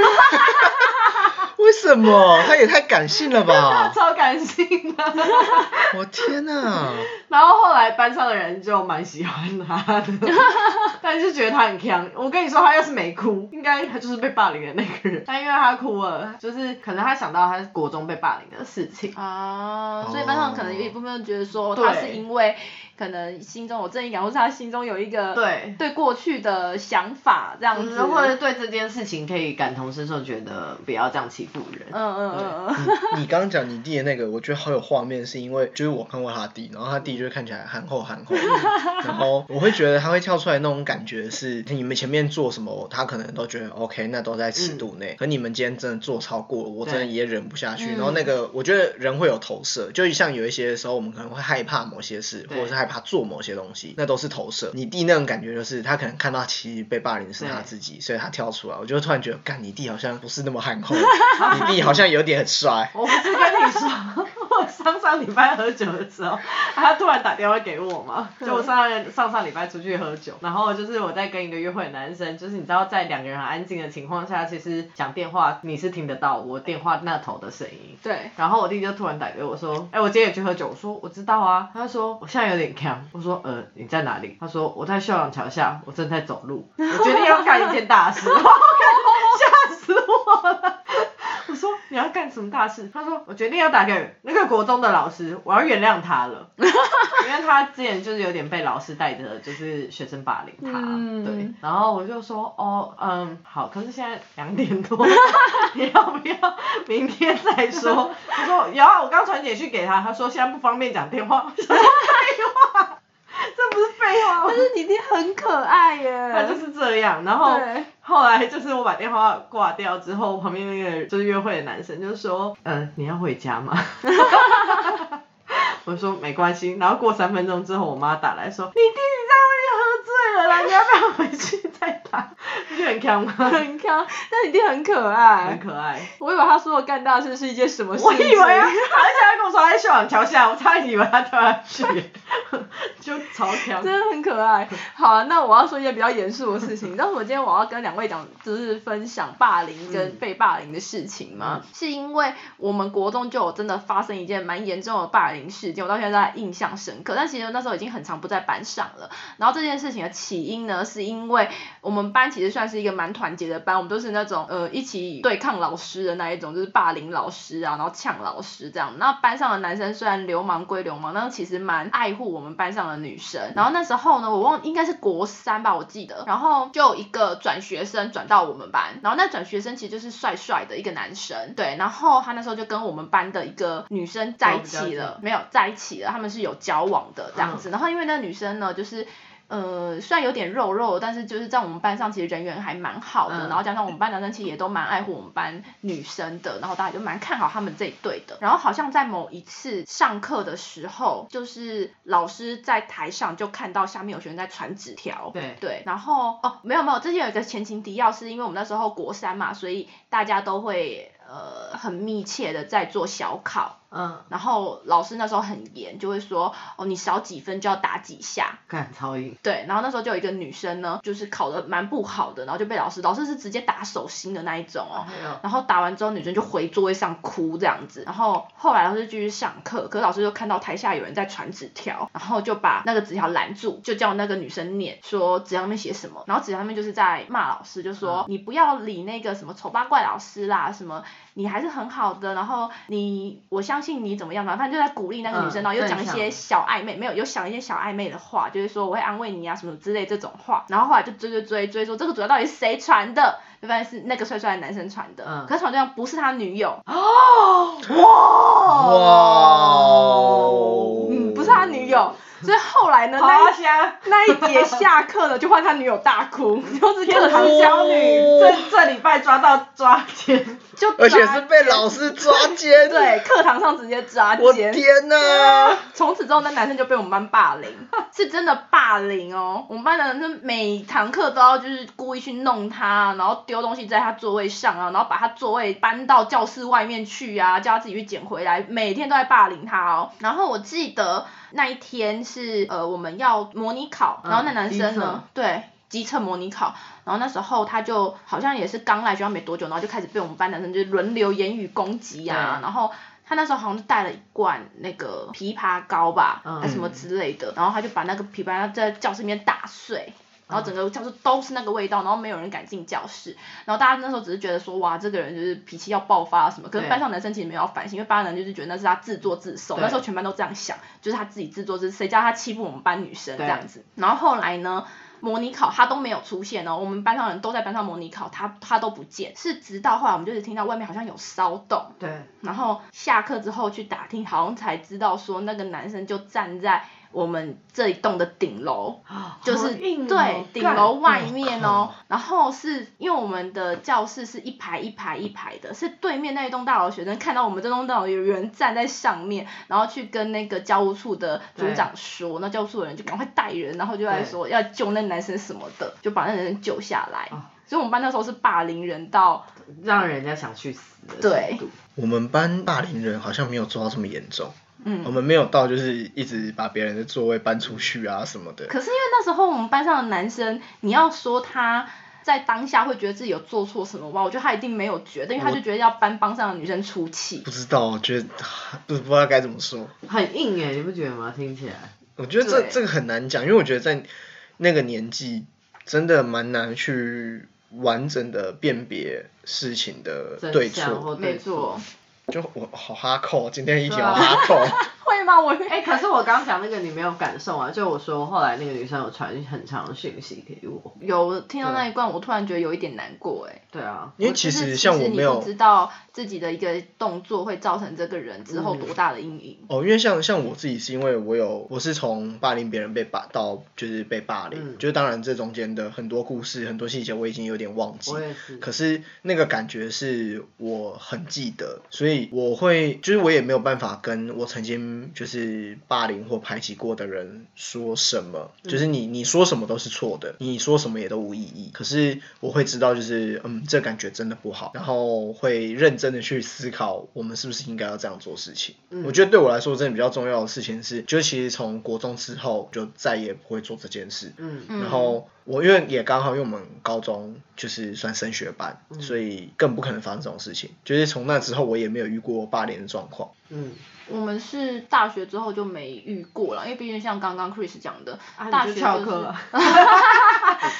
Speaker 1: 为什么？他也太感性了吧！
Speaker 2: 超感性的。
Speaker 1: 我天哪、
Speaker 2: 然后后来班上的人就蛮喜欢他 的，但是觉得他很强。我跟你说，他要是没哭，应该他就是被霸凌的那个人。但因为他哭了，就是可能他想到他是国中被霸凌的事情。
Speaker 3: 啊，所以班上可能有一部分觉得说
Speaker 2: 对
Speaker 3: 他是因为可能心中有正义感，或是他心中有一个
Speaker 2: 对
Speaker 3: 对过去的想法这样
Speaker 2: 嗯
Speaker 3: 子，
Speaker 2: 或者对这件事情可以感同身受，觉得不要这样欺负人。
Speaker 3: 嗯嗯嗯嗯，
Speaker 1: 你刚刚讲你弟的那个，我觉得好有画面，是因为就是我看过他弟，然后他弟就看起来憨厚 憨厚，然后我会觉得他会跳出来那种感觉是，你们前面做什么，他可能都觉得 OK，那都在尺度
Speaker 2: 嗯
Speaker 1: 内，可你们今天真的做超过了，我真的
Speaker 2: 对
Speaker 1: 也忍不下去。
Speaker 3: 嗯
Speaker 1: 然后那个我觉得人会有投射，就像有一些时候我们可能会害怕某些事，或
Speaker 2: 对
Speaker 1: 者是害怕做某些东西，那都是投射。你弟那种感觉就是他可能看到其实被霸凌是他
Speaker 2: 对
Speaker 1: 自己，所以他跳出来，我就突然觉得，干你弟好像不是那么憨 厚，你弟好像有点帅。
Speaker 2: 我不是跟你说， 我上上礼拜喝酒的时候，他突然打电话给我嘛，就我上上上礼拜出去喝酒，然后就是我在跟一个约会的男生，就是你知道在两个人很安静的情况下，其实讲电话你是听得到我电话那头的声音。
Speaker 3: 对，
Speaker 2: 然后我弟就突然打给我说：“哎、我今天也去喝酒。”我说：“我知道啊。”他就说：“我现在有点呛。”我说：“呃，你在哪里？”他说：“我在秀朗桥下，我正在走路。我决定要干一件大 事。”吓死我了！我说：“你要干什么大事？”他说：“我决定要打给那个国中的老师，我要原谅他了， 因为他之前就是有点被老师带着，就是学生霸凌他。
Speaker 3: 嗯
Speaker 2: 对，然后我就说：“哦，嗯，好。可是现在两点 多，你要不要明天再说。他说有啊，我刚传简讯给他，他说现在不方便讲电话。我说废话，这不是废 话吗
Speaker 3: 但？是你弟很可爱耶，
Speaker 2: 他就是这样，然后
Speaker 3: 对，
Speaker 2: 后来就是我把电话挂掉之后，旁边那个就是约会的男生就说，嗯、你要回家吗？ 我说没关系，然后过三分钟之后，我妈打来说，你弟弟在外面喝醉了啦，啊，你要不要回去再打？ 你就很强吗？
Speaker 3: 很康，那一定很可爱
Speaker 2: 很。可爱。
Speaker 3: 我以为他说的干大事是一件什么事情，
Speaker 2: 我以为啊，而且他跟我说他在秀朗桥下，我差点以为他跳下去，就超强。
Speaker 3: 真的很可爱。好、啊，那我要说一件比较严肃的事情。你知道我今天我要跟两位讲，就是分享霸凌跟
Speaker 2: 嗯
Speaker 3: 被霸凌的事情吗？是因为我们国中就有真的发生一件蛮严重的霸凌事件，我到现在印象深刻。但其实那时候已经很长不在班上了。然后这件事情的起因呢，是因为我们班其实算是一个蛮团结的班，我们都是那种呃一起对抗老师的那一种，就是霸凌老师啊，然后呛老师这样。那班上的男生虽然流氓归流氓，但是其实蛮爱护我们班上的女生。然后那时候呢，我忘应该是国三吧，我记得，然后就有一个转学生转到我们班，然后那转学生其实就是帅帅的一个男生，对，然后他那时候就跟我们班的一个女生在一
Speaker 2: 哦比
Speaker 3: 起
Speaker 2: 较
Speaker 3: 了，没有在一起了，他们是有交往的这样子。然后因为那个女生呢，就是呃，虽然有点肉肉，但是就是在我们班上其实人缘还蛮好
Speaker 2: 嗯
Speaker 3: 的，然后加上我们班男生其实也都蛮爱护我们班女生的，然后大家也都蛮看好他们这一对的。然后好像在某一次上课的时候，就是老师在台上就看到下面有学生在传纸条，
Speaker 2: 对，
Speaker 3: 对，然后哦，没有没有，之前有一个前情提要，是因为我们那时候国三嘛，所以大家都会呃很密切的在做小考，
Speaker 2: 嗯，
Speaker 3: 然后老师那时候很严，就会说哦你少几分就要打几下，
Speaker 2: 干超硬，
Speaker 3: 对，然后那时候就有一个女生呢，就是考的蛮不好的，然后就被老师，老师是直接打手心的那一种哦。
Speaker 2: 还有
Speaker 3: 然后打完之后，女生就回座位上哭这样子。然后后来老师就继续上课，可是老师就看到台下有人在传纸条，然后就把那个纸条拦住，就叫那个女生念，说纸条上面写什么。然后纸条上面就是在骂老师，就说、你不要理那个什么丑八怪老师啦，什么你还是很好的，然后你我相信你怎么样，反正就在鼓励那个女生，
Speaker 2: 嗯
Speaker 3: 然后又
Speaker 2: 正
Speaker 3: 讲一
Speaker 2: 向
Speaker 3: 些小暧昧，没有有想一些小暧昧的话，就是说我会安慰你啊什么之类这种话，然后后来就追追追追说这个主要到底是谁传的，就发现是那个帅帅的男生传的，
Speaker 2: 嗯
Speaker 3: 可是传对象不是他女友，
Speaker 2: 哦
Speaker 1: 哇
Speaker 2: 哦
Speaker 3: 嗯，不是他女友，所以后来呢那
Speaker 2: 花
Speaker 3: 一
Speaker 2: 香。
Speaker 3: 那一节下课呢就换他女友大哭，就是课
Speaker 2: 课
Speaker 3: 堂
Speaker 2: 堂
Speaker 3: 教
Speaker 2: 小女
Speaker 3: 女，
Speaker 1: 哦
Speaker 2: 这这礼拜抓到抓奸，
Speaker 3: 就
Speaker 1: 而且是被
Speaker 3: 抓
Speaker 1: 老师抓奸，
Speaker 3: 对，课堂上直接抓
Speaker 1: 我
Speaker 3: 奸。
Speaker 1: 天哪、
Speaker 3: 从此之后，那男生就被我们班霸凌， 是真的霸凌哦。我们班的男生每堂课都要就是故意去弄他，然后丢东西在他座位上啊，然后把他座位搬到教室外面去啊，叫他自己去捡回来，每天都在霸凌他哦。然后我记得那一天是呃我们要模拟考，
Speaker 2: 嗯
Speaker 3: 然后那男
Speaker 2: 机
Speaker 3: 生呢
Speaker 2: 测，
Speaker 3: 对。机测模拟考，然后那时候他就好像也是刚来学校没多久，然后就开始被我们班男生就轮流言语攻击啊，
Speaker 2: 对
Speaker 3: 然后他那时候好像就带了一罐那个枇杷膏吧，
Speaker 2: 嗯
Speaker 3: 还哎什么之类的，然后他就把那个枇杷膏在教室里面打碎。然后整个教室都是那个味道，然后没有人敢进教室。然后大家那时候只是觉得说，哇，这个人就是脾气要爆发什么。可是
Speaker 2: 对
Speaker 3: 班上男生其实没有要反省，因为班上男生就是觉得那是他自作自受。
Speaker 2: 对
Speaker 3: 那时候全班都这样想，就是他自己自作自，谁叫他欺负我们班女生这
Speaker 2: 对
Speaker 3: 样子。然后后来呢，模拟考他都没有出现哦，我们班上人都在班上模拟考，他他都不见。是直到后来我们就是听到外面好像有骚动，
Speaker 2: 嗯对，
Speaker 3: 然后下课之后去打听，好像才知道说那个男生就站在我们这一栋的顶楼，就是、
Speaker 2: 哦嗯
Speaker 3: 对顶楼外面哦。然后是因为我们的教室是一排一排一排的，是对面那一栋大楼的学生看到我们这栋大楼有人站在上面，然后去跟那个教务处的组长说，那教务处的人就赶快带人，然后就来说要救那男生什么的，就把那男生救下来。
Speaker 2: 啊
Speaker 3: 所以我们班那时候是霸凌人到
Speaker 2: 让人家想去死的
Speaker 3: 对
Speaker 2: 程度。
Speaker 1: 我们班霸凌人好像没有做到这么严重，
Speaker 3: 嗯
Speaker 1: 我。们没有到就是一直把别人的座位搬出去啊什么的。
Speaker 3: 可是因为那时候我们班上的男生，你要说他在当下会觉得自己有做错什么吧，我觉得他一定没有觉得，因为他就觉得要帮班上的女生出气
Speaker 1: 不。知道，我觉得啊不不知道该怎么说。
Speaker 2: 很硬哎，你不觉得吗？听起来，
Speaker 1: 我觉得这
Speaker 3: 对
Speaker 1: 这个很难讲，因为我觉得在那个年纪真的蛮难去完整的辨别事情的对
Speaker 2: 真相
Speaker 1: 错。
Speaker 2: 或
Speaker 3: 没
Speaker 2: 对
Speaker 3: 错
Speaker 2: 错。，
Speaker 1: 就我好哈扣，今天一
Speaker 2: 对
Speaker 1: 条
Speaker 2: 啊
Speaker 1: 哈扣。
Speaker 3: 会吗？我
Speaker 2: 哎、可是我刚讲那个你没有感受啊，就我说后来那个女生有传很长的讯息给我，
Speaker 3: 有听到那一段，我突然觉得有一点难过哎、
Speaker 2: 对啊，
Speaker 1: 因为
Speaker 3: 我就
Speaker 1: 其
Speaker 3: 是
Speaker 1: 实像我
Speaker 3: 你
Speaker 1: 没有
Speaker 3: 不知道自己的一个动作会造成这个人之后多大的阴影。
Speaker 1: 哦，因为像像我自己是因为我有我是从霸凌别人被霸到就是被霸凌，
Speaker 2: 嗯
Speaker 1: 就是当然这中间的很多故事很多细节我已经有点忘记
Speaker 2: 我，也是，
Speaker 1: 可是那个感觉是我很记得，所以以我会就是我也没有办法跟我曾经就是霸凌或排挤过的人说什么，就是你你说什么都是错的，你说什么也都无意义。可是我会知道，就是嗯，这感觉真的不好，然后会认真的去思考，我们是不是应该要这样做事情。
Speaker 2: 嗯
Speaker 1: 我觉得对我来说，真的比较重要的事情是，就其实从国中之后就再也不会做这件事。
Speaker 2: 嗯
Speaker 3: 嗯
Speaker 1: 然后我因为也刚好，因为我们高中就是算升学班，
Speaker 2: 嗯
Speaker 1: 所以更不可能发生这种事情。就是从那之后，我也没有遇过霸凌的状况。
Speaker 2: 嗯，
Speaker 3: 我们是大学之后就没遇过了，因为毕竟像刚刚 Chris 讲的，
Speaker 2: 啊
Speaker 3: 大
Speaker 2: 你就
Speaker 3: 学就是
Speaker 2: 翘课啊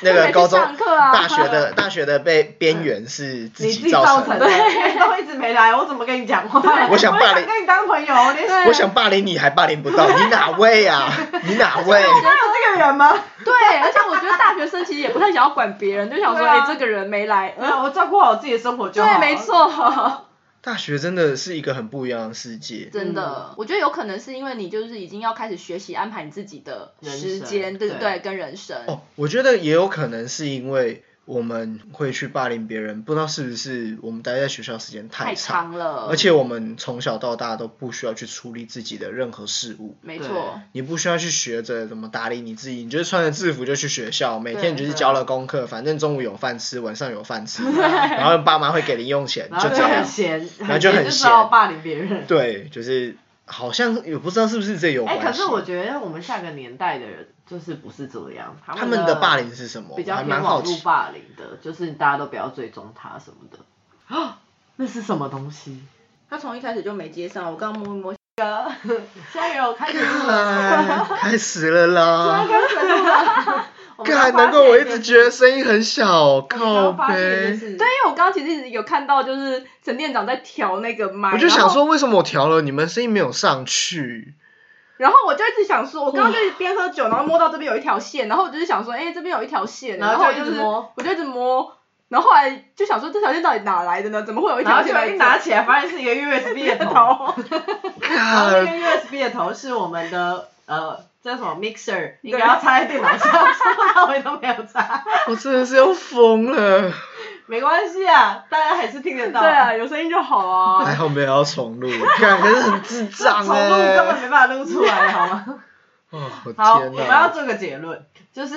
Speaker 1: 那个高中、
Speaker 3: 没去上课啊
Speaker 1: 大学的大学的被边缘是自
Speaker 2: 你自己
Speaker 1: 造
Speaker 2: 造
Speaker 1: 成
Speaker 2: 成的，因为都一直没来，我怎么跟你讲话？
Speaker 1: 我想霸凌
Speaker 2: 我跟你当朋友，我连
Speaker 1: 我想霸凌你还霸凌不到，你哪位啊？你哪位？
Speaker 2: 他有这个人吗？
Speaker 3: 对，而且我觉得大学生其实也不太想要管别人，就想说，
Speaker 2: 对啊
Speaker 3: 哎、这个人没来，嗯
Speaker 2: 没有，我照顾好我自己的生活就好。
Speaker 3: 对，没。错，
Speaker 1: 大学真的是一个很不一样的世界。
Speaker 3: 真的，我觉得有可能是因为你就是已经要开始学习安排你自己的
Speaker 2: 人
Speaker 3: 时
Speaker 2: 生
Speaker 3: 间，对
Speaker 2: 对
Speaker 3: 对，跟人生，
Speaker 1: 哦，我觉得也有可能是因为我们会去霸凌别人，不知道是不是我们待在学校时间
Speaker 3: 太
Speaker 1: 长
Speaker 3: 长
Speaker 2: 呃
Speaker 3: 了，
Speaker 1: 而且我们从小到大都不需要去处理自己的任何事物，
Speaker 3: 没错，
Speaker 1: 你不需要去学着怎么打理你自己，你就是穿着制服就去学校，每
Speaker 3: 对
Speaker 1: 天你就是交了功课，反正中午有饭吃，晚上有饭 吃，然后爸妈会给零用钱，
Speaker 2: 然
Speaker 1: 就
Speaker 2: 后
Speaker 1: 这
Speaker 2: 就很
Speaker 1: 样。
Speaker 2: 闲，
Speaker 1: 然后就很
Speaker 2: 就知
Speaker 1: 闲
Speaker 2: 道霸凌别人。
Speaker 1: 对，就是好像也不知道是不是这有
Speaker 2: 哎、
Speaker 1: 关系。
Speaker 2: 可是我觉得我们下个年代的人就是不是这样，
Speaker 1: 他
Speaker 2: 们
Speaker 1: 们的霸凌是什么？
Speaker 2: 比
Speaker 1: 我
Speaker 2: 较
Speaker 1: 还
Speaker 2: 偏
Speaker 1: 蛮好
Speaker 2: 网络
Speaker 1: 奇。
Speaker 2: 霸凌的，就是大家都不要追踪他什么的。 啊，那是什么 东西？
Speaker 3: 他从一开始就没接上，我刚刚摸 一摸，
Speaker 2: 现在有开始录了，
Speaker 1: 看， 开始了啦！
Speaker 2: 啊我们
Speaker 1: 看，
Speaker 2: 刚
Speaker 1: 难怪我一直
Speaker 2: 发现
Speaker 1: 觉得声音很小，
Speaker 2: 一件我
Speaker 1: 靠
Speaker 2: 们刚发现一件
Speaker 1: 背。
Speaker 2: 事
Speaker 3: 对，因为我刚刚其实有看到就是陈店长在调那个麦，
Speaker 1: 我就
Speaker 3: 然
Speaker 1: 想
Speaker 3: 后
Speaker 1: 说，为什么我调了，你们声音没有上去？
Speaker 3: 然后我就一直想说，我刚刚就是边喝酒，然后摸到这边有一条线，然后我就是想说，哎、这边有一条线，
Speaker 2: 然
Speaker 3: 然
Speaker 2: 后
Speaker 3: 后我
Speaker 2: 就一
Speaker 3: 就
Speaker 2: 直
Speaker 3: 是
Speaker 2: 摸
Speaker 3: 我就一直摸，然后后来就想说这条线到底哪来的呢？怎么会有一
Speaker 2: 然
Speaker 3: 条
Speaker 2: 后
Speaker 3: 线？
Speaker 2: 就一拿起来，发现是 一个 USB 的头，然后那
Speaker 3: 呃
Speaker 1: 看，
Speaker 2: 个 USB 的头是我们的呃。这什么 mixer，你给它插在电脑上，说到尾都没有插，
Speaker 1: 我真的是要疯了。
Speaker 2: 没关系啊，大家还是听得到。
Speaker 3: 对啊，有声音就 好啊。
Speaker 1: 还好没有要重录，看，可是很智障
Speaker 2: 重录
Speaker 1: 哎、
Speaker 2: 根本没办法录出来，好吗？
Speaker 1: 哦，我
Speaker 2: 好，我
Speaker 1: 天
Speaker 2: 们要
Speaker 1: 哪！
Speaker 2: 做个结论，就是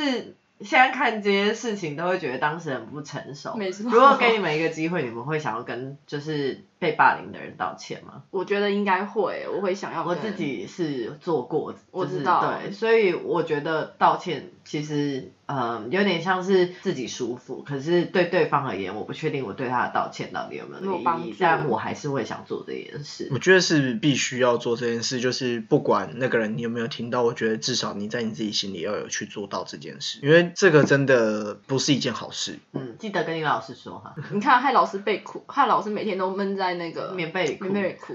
Speaker 2: 现在看这些事情都会觉得当事人不成熟。
Speaker 3: 没错
Speaker 2: 如果给你们一个机会，你们会想要跟就是被霸凌的人道歉吗？
Speaker 3: 我觉得应该会，我会想要
Speaker 2: 我自。
Speaker 3: 跟
Speaker 2: 己是做过，
Speaker 3: 我
Speaker 2: 就是
Speaker 3: 知道
Speaker 2: 对，所以我觉得道歉其实呃有点像是自己舒服，可是对对方而言，我不确定我对他的道歉到底有没有那
Speaker 3: 有
Speaker 2: 个
Speaker 3: 帮
Speaker 2: 意义
Speaker 3: 助，
Speaker 2: 但我还是会想做这件事。
Speaker 1: 我觉得是必须要做这件事，就是不管那个人你有没有听到，我觉得至少你在你自己心里要有去做到这件事，因为这个真的不是一件好事。
Speaker 2: 嗯，记得跟你老师说 哈，
Speaker 3: 你看，害老师被哭，害老师每天都闷在那个
Speaker 2: 棉被里哭
Speaker 3: 棉被里哭。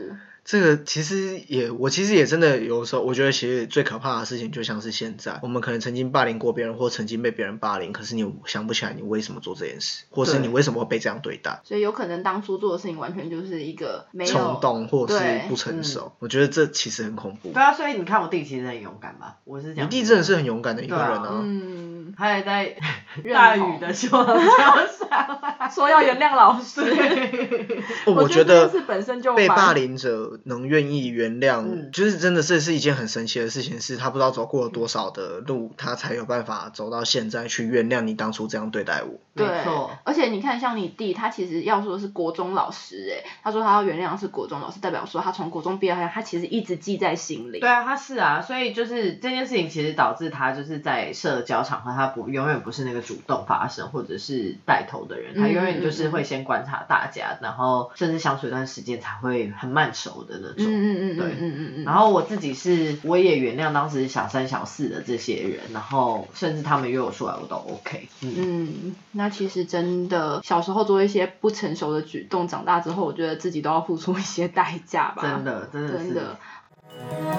Speaker 1: 这个其实也，我其实也真的有时候，我觉得其实最可怕的事情就像是现在，我们可能曾经霸凌过别人，或曾经被别人霸凌，可是你想不起来你为什么做这件事，或是
Speaker 2: 对
Speaker 1: 你为什么会被这样对待。
Speaker 3: 所以有可能当初做的事情完全就是一个没有
Speaker 1: 冲动或是
Speaker 3: 对嗯
Speaker 1: 不成熟，我觉得这其实很恐怖
Speaker 2: 对。啊，所以你看我弟其实很勇敢吧，我是这
Speaker 1: 你
Speaker 2: 样。
Speaker 1: 弟真的是很勇敢的一个人
Speaker 2: 对
Speaker 1: 啊，
Speaker 3: 嗯，
Speaker 2: 他也在
Speaker 3: 认
Speaker 2: 大
Speaker 3: 同
Speaker 2: 雨的 秋桥上。
Speaker 3: 说要原谅老师。
Speaker 1: 哦我
Speaker 3: 觉
Speaker 1: 觉得
Speaker 3: 得这件事本身就
Speaker 1: 被
Speaker 3: 蛮
Speaker 1: 霸凌者能愿意原谅，
Speaker 2: 嗯
Speaker 1: 就是真的这是一件很神奇的事情，是他不知道走过了
Speaker 3: 嗯
Speaker 1: 多少的路，他才有办法走到现在去原谅你当初这样对待我。
Speaker 2: 没
Speaker 3: 对
Speaker 2: 错，
Speaker 3: 而且你看，像你弟，他其实要说是国中老师，哎，他说他要原谅是国中老师，代表说他从国中毕业到现在，他其实一直记在心里。
Speaker 2: 对啊，他是啊，所以就是这件事情其实导致他就是在社交场合，他不永远不是那个主动发生或者是带头的人，
Speaker 3: 嗯
Speaker 2: 他永远就
Speaker 3: 嗯
Speaker 2: 是
Speaker 3: 嗯
Speaker 2: 会先观察大家，然后甚至相处一段时间才会很慢熟的那
Speaker 3: 嗯
Speaker 2: 种。
Speaker 3: 嗯嗯嗯
Speaker 2: 对
Speaker 3: 嗯嗯嗯。
Speaker 2: 然后我自己是，我也原谅当时小三小四的这些人，然后甚至他们约我出来我都 OK。嗯，
Speaker 3: 嗯，那其实真的，小时候做一些不成熟的举动，长大之后，我觉得自己都要付出一些代价吧。
Speaker 2: 真的，真的是
Speaker 3: 真的。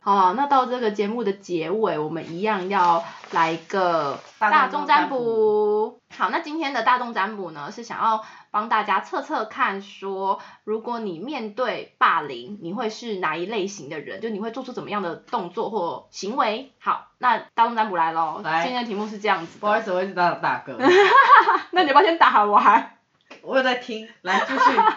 Speaker 3: 好啦，那到这个节目的结尾，我们一样要来一个
Speaker 2: 大
Speaker 3: 大
Speaker 2: 众
Speaker 3: 众
Speaker 2: 占
Speaker 3: 占
Speaker 2: 卜
Speaker 3: 卜。好，那今天的大众占卜呢，是想要帮大家测测看说，如果你面对霸凌，你会是哪一类型的人？就你会做出怎么样的动作或行为？好，那大众占卜来喽，
Speaker 2: 来
Speaker 3: 今天的题目是这样子
Speaker 2: 不好意
Speaker 3: 的，
Speaker 2: 思，我一直打打嗝，
Speaker 3: 那你要不要先打完？
Speaker 2: 我有在听，来继续。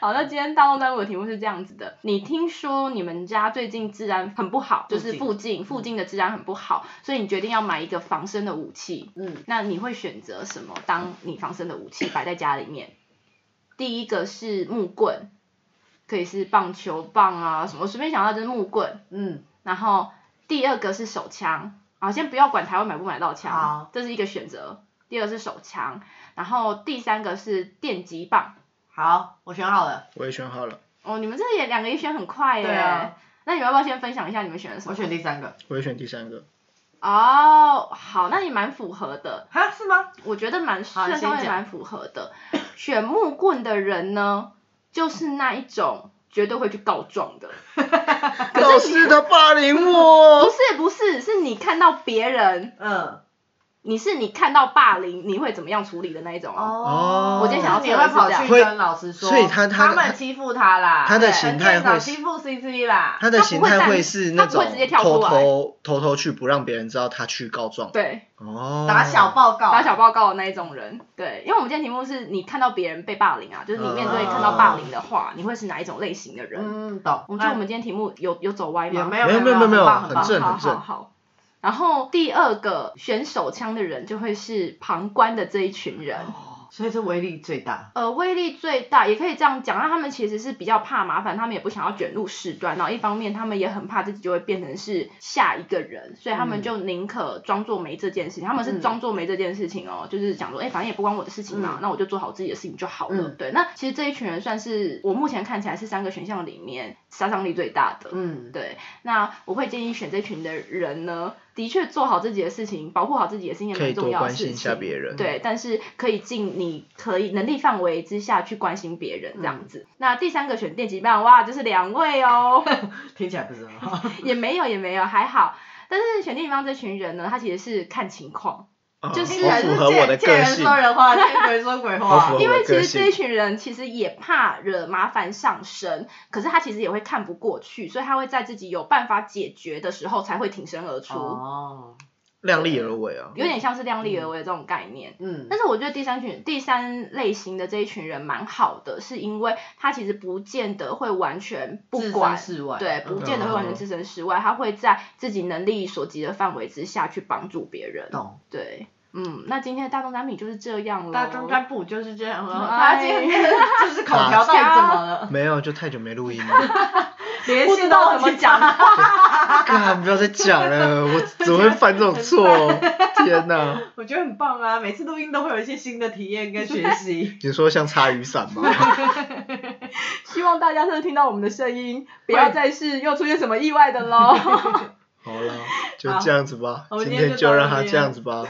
Speaker 3: 好，那今天大众占卜的题目是这样子的：你听说你们家最近治安很不好，就是
Speaker 2: 附
Speaker 3: 附近附近的治安很不好，所以你决定要买一个防身的武器。
Speaker 2: 嗯，
Speaker 3: 那你会选择什么当你防身的武器摆在家里面？第一个是木棍，可以是棒球棒啊什么，随便想到就是木棍。
Speaker 2: 嗯，
Speaker 3: 然后第二个是手枪，啊，先不要管台湾买不买得到枪
Speaker 2: 好，
Speaker 3: 这是一个选择。第二个是手枪，然后第三个是电击棒。
Speaker 2: 好，我选好了，
Speaker 1: 我也选好了，
Speaker 3: 哦，你们这也两个也选很快耶。
Speaker 2: 对啊
Speaker 3: 那你们要不要先分享一下你们选的什
Speaker 2: 我
Speaker 3: 么？
Speaker 2: 选第三个。
Speaker 1: 我也选第三个。
Speaker 3: 哦，好，那你蛮符合的，
Speaker 2: 哈，是吗？
Speaker 3: 我觉得蛮
Speaker 2: 好你
Speaker 3: 这
Speaker 2: 先
Speaker 3: 方面
Speaker 2: 讲
Speaker 3: 蛮符合的。选木棍的人呢，就是那一种绝对会去告状的。
Speaker 1: 老师他霸凌
Speaker 3: 不
Speaker 1: 我，
Speaker 3: 是不是，是你看到别人，
Speaker 2: 嗯，
Speaker 3: 你是你看到霸凌，你会怎么样处理的那一种哦。
Speaker 1: 哦我今天想
Speaker 3: 要
Speaker 2: 你
Speaker 3: 测
Speaker 2: 会
Speaker 3: 的是
Speaker 2: 跑
Speaker 3: 这样
Speaker 2: 去跟老师说，
Speaker 1: 所以他他
Speaker 2: 他们欺负他啦，
Speaker 1: 他的
Speaker 2: 对
Speaker 1: 形态
Speaker 2: 陈店长
Speaker 1: 会是
Speaker 2: 欺负 C C 啦，
Speaker 1: 他的形态会是那
Speaker 3: 他不
Speaker 1: 种
Speaker 3: 会直接跳
Speaker 1: 偷
Speaker 3: 出来
Speaker 1: 偷偷偷去，不让别人知道他去告状。
Speaker 3: 对，
Speaker 1: 哦，
Speaker 2: 打小报告，
Speaker 3: 打小报告的那一种人，对，因为我们今天题目是你看到别人被霸凌啊，就是你面对看到霸凌的话，你会是哪一种类型的人？
Speaker 2: 嗯，懂。
Speaker 3: 我觉得我们今天题目有有走歪
Speaker 2: 也
Speaker 3: 吗？
Speaker 2: 没
Speaker 1: 没有
Speaker 2: 有
Speaker 1: 没有
Speaker 2: 有
Speaker 1: 没有
Speaker 2: 棒
Speaker 1: 哦很
Speaker 2: 棒
Speaker 1: 正
Speaker 3: 好好好。然后第二个选手枪的人就会是旁观的这一群人，
Speaker 2: 哦所以这威力最大。
Speaker 3: 呃，威力最大，也可以这样讲，那他们其实是比较怕麻烦，他们也不想要卷入事端，然后一方面他们也很怕自己就会变成是下一个人，所以他们
Speaker 2: 嗯
Speaker 3: 就宁可装作没这件事情，他们是
Speaker 2: 嗯
Speaker 3: 装作没这件事情哦，就是讲说，哎，反正也不关我的事情嘛，啊
Speaker 2: 嗯
Speaker 3: 那我就做好自己的事情就好了。
Speaker 2: 嗯
Speaker 3: 对，那其实这一群人算是我目前看起来是三个选项里面杀伤力最大的。
Speaker 2: 嗯，
Speaker 3: 对，那我会建议选这群的人呢，的确做好自己的事情，保护好自己也是一件
Speaker 1: 可以
Speaker 3: 蛮
Speaker 1: 多
Speaker 3: 重要的
Speaker 1: 关
Speaker 3: 事情。
Speaker 1: 心一下别人。
Speaker 3: 对，但是可以尽你可以能力范围之下去关心别人这
Speaker 1: 嗯
Speaker 3: 样子。那第三个选电击棒，哇，就是两位哦，
Speaker 2: 听起来不是很好。
Speaker 3: 也没有也没有，还好。但是选电击棒这群人呢，他其实是看情况，
Speaker 1: 哦，
Speaker 3: 就是
Speaker 2: 听起
Speaker 1: 好
Speaker 2: 来是
Speaker 1: 符合我的
Speaker 2: 见见
Speaker 1: 个
Speaker 2: 人
Speaker 1: 性
Speaker 2: 说。人话，见鬼说
Speaker 1: 好
Speaker 2: 鬼
Speaker 1: 符合
Speaker 2: 话
Speaker 1: 哦我。
Speaker 3: 因为
Speaker 1: 的
Speaker 3: 其
Speaker 1: 个
Speaker 3: 实这一
Speaker 1: 性。
Speaker 3: 群人其实也怕惹麻烦上身，可是他其实也会看不过去，所以他会在自己有办法解决的时候才会挺身而出，
Speaker 2: 哦，
Speaker 1: 量力而为啊。
Speaker 3: 有点像是量力而为的这种概念。
Speaker 2: 嗯
Speaker 3: 但，是我觉得第三群、第三类型的这一群人蛮好的，是因为他其实不见得会完全不
Speaker 2: 置
Speaker 3: 管
Speaker 2: 身，事外，
Speaker 3: 对，
Speaker 2: 嗯
Speaker 3: 不见得会完全置身事外，他会在自己能力所及的范围之下去帮助别人。
Speaker 2: 懂。
Speaker 3: 对，嗯，那今天的大众占比就是这样了。
Speaker 2: 大中占卜就是这样了，
Speaker 3: 哎
Speaker 2: 他今天就是口条到底怎么 了？
Speaker 1: 没有，就太久没录音 了，
Speaker 2: 连
Speaker 3: 不知道怎么讲，
Speaker 1: 干不要再讲了，我怎么会犯这种错？哦 天哪！。
Speaker 2: 我觉得很棒啊！每次录音都会有一些新的体验跟学习
Speaker 1: 你说像擦雨伞吗？
Speaker 3: 希望大家真的听到我们的声音，不要再是又出现什么意外的 喽。
Speaker 1: 好了，就这样子吧
Speaker 2: 好，我
Speaker 1: 今
Speaker 2: 们今
Speaker 1: 天
Speaker 2: 天就
Speaker 1: 就
Speaker 2: 到
Speaker 1: 让它
Speaker 2: 这
Speaker 1: 这
Speaker 2: 边
Speaker 1: 样子吧。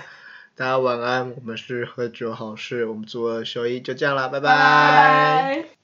Speaker 1: 大家晚安，我们是喝酒好事，我们做了休一，就这样啦，拜
Speaker 2: 拜
Speaker 3: 拜。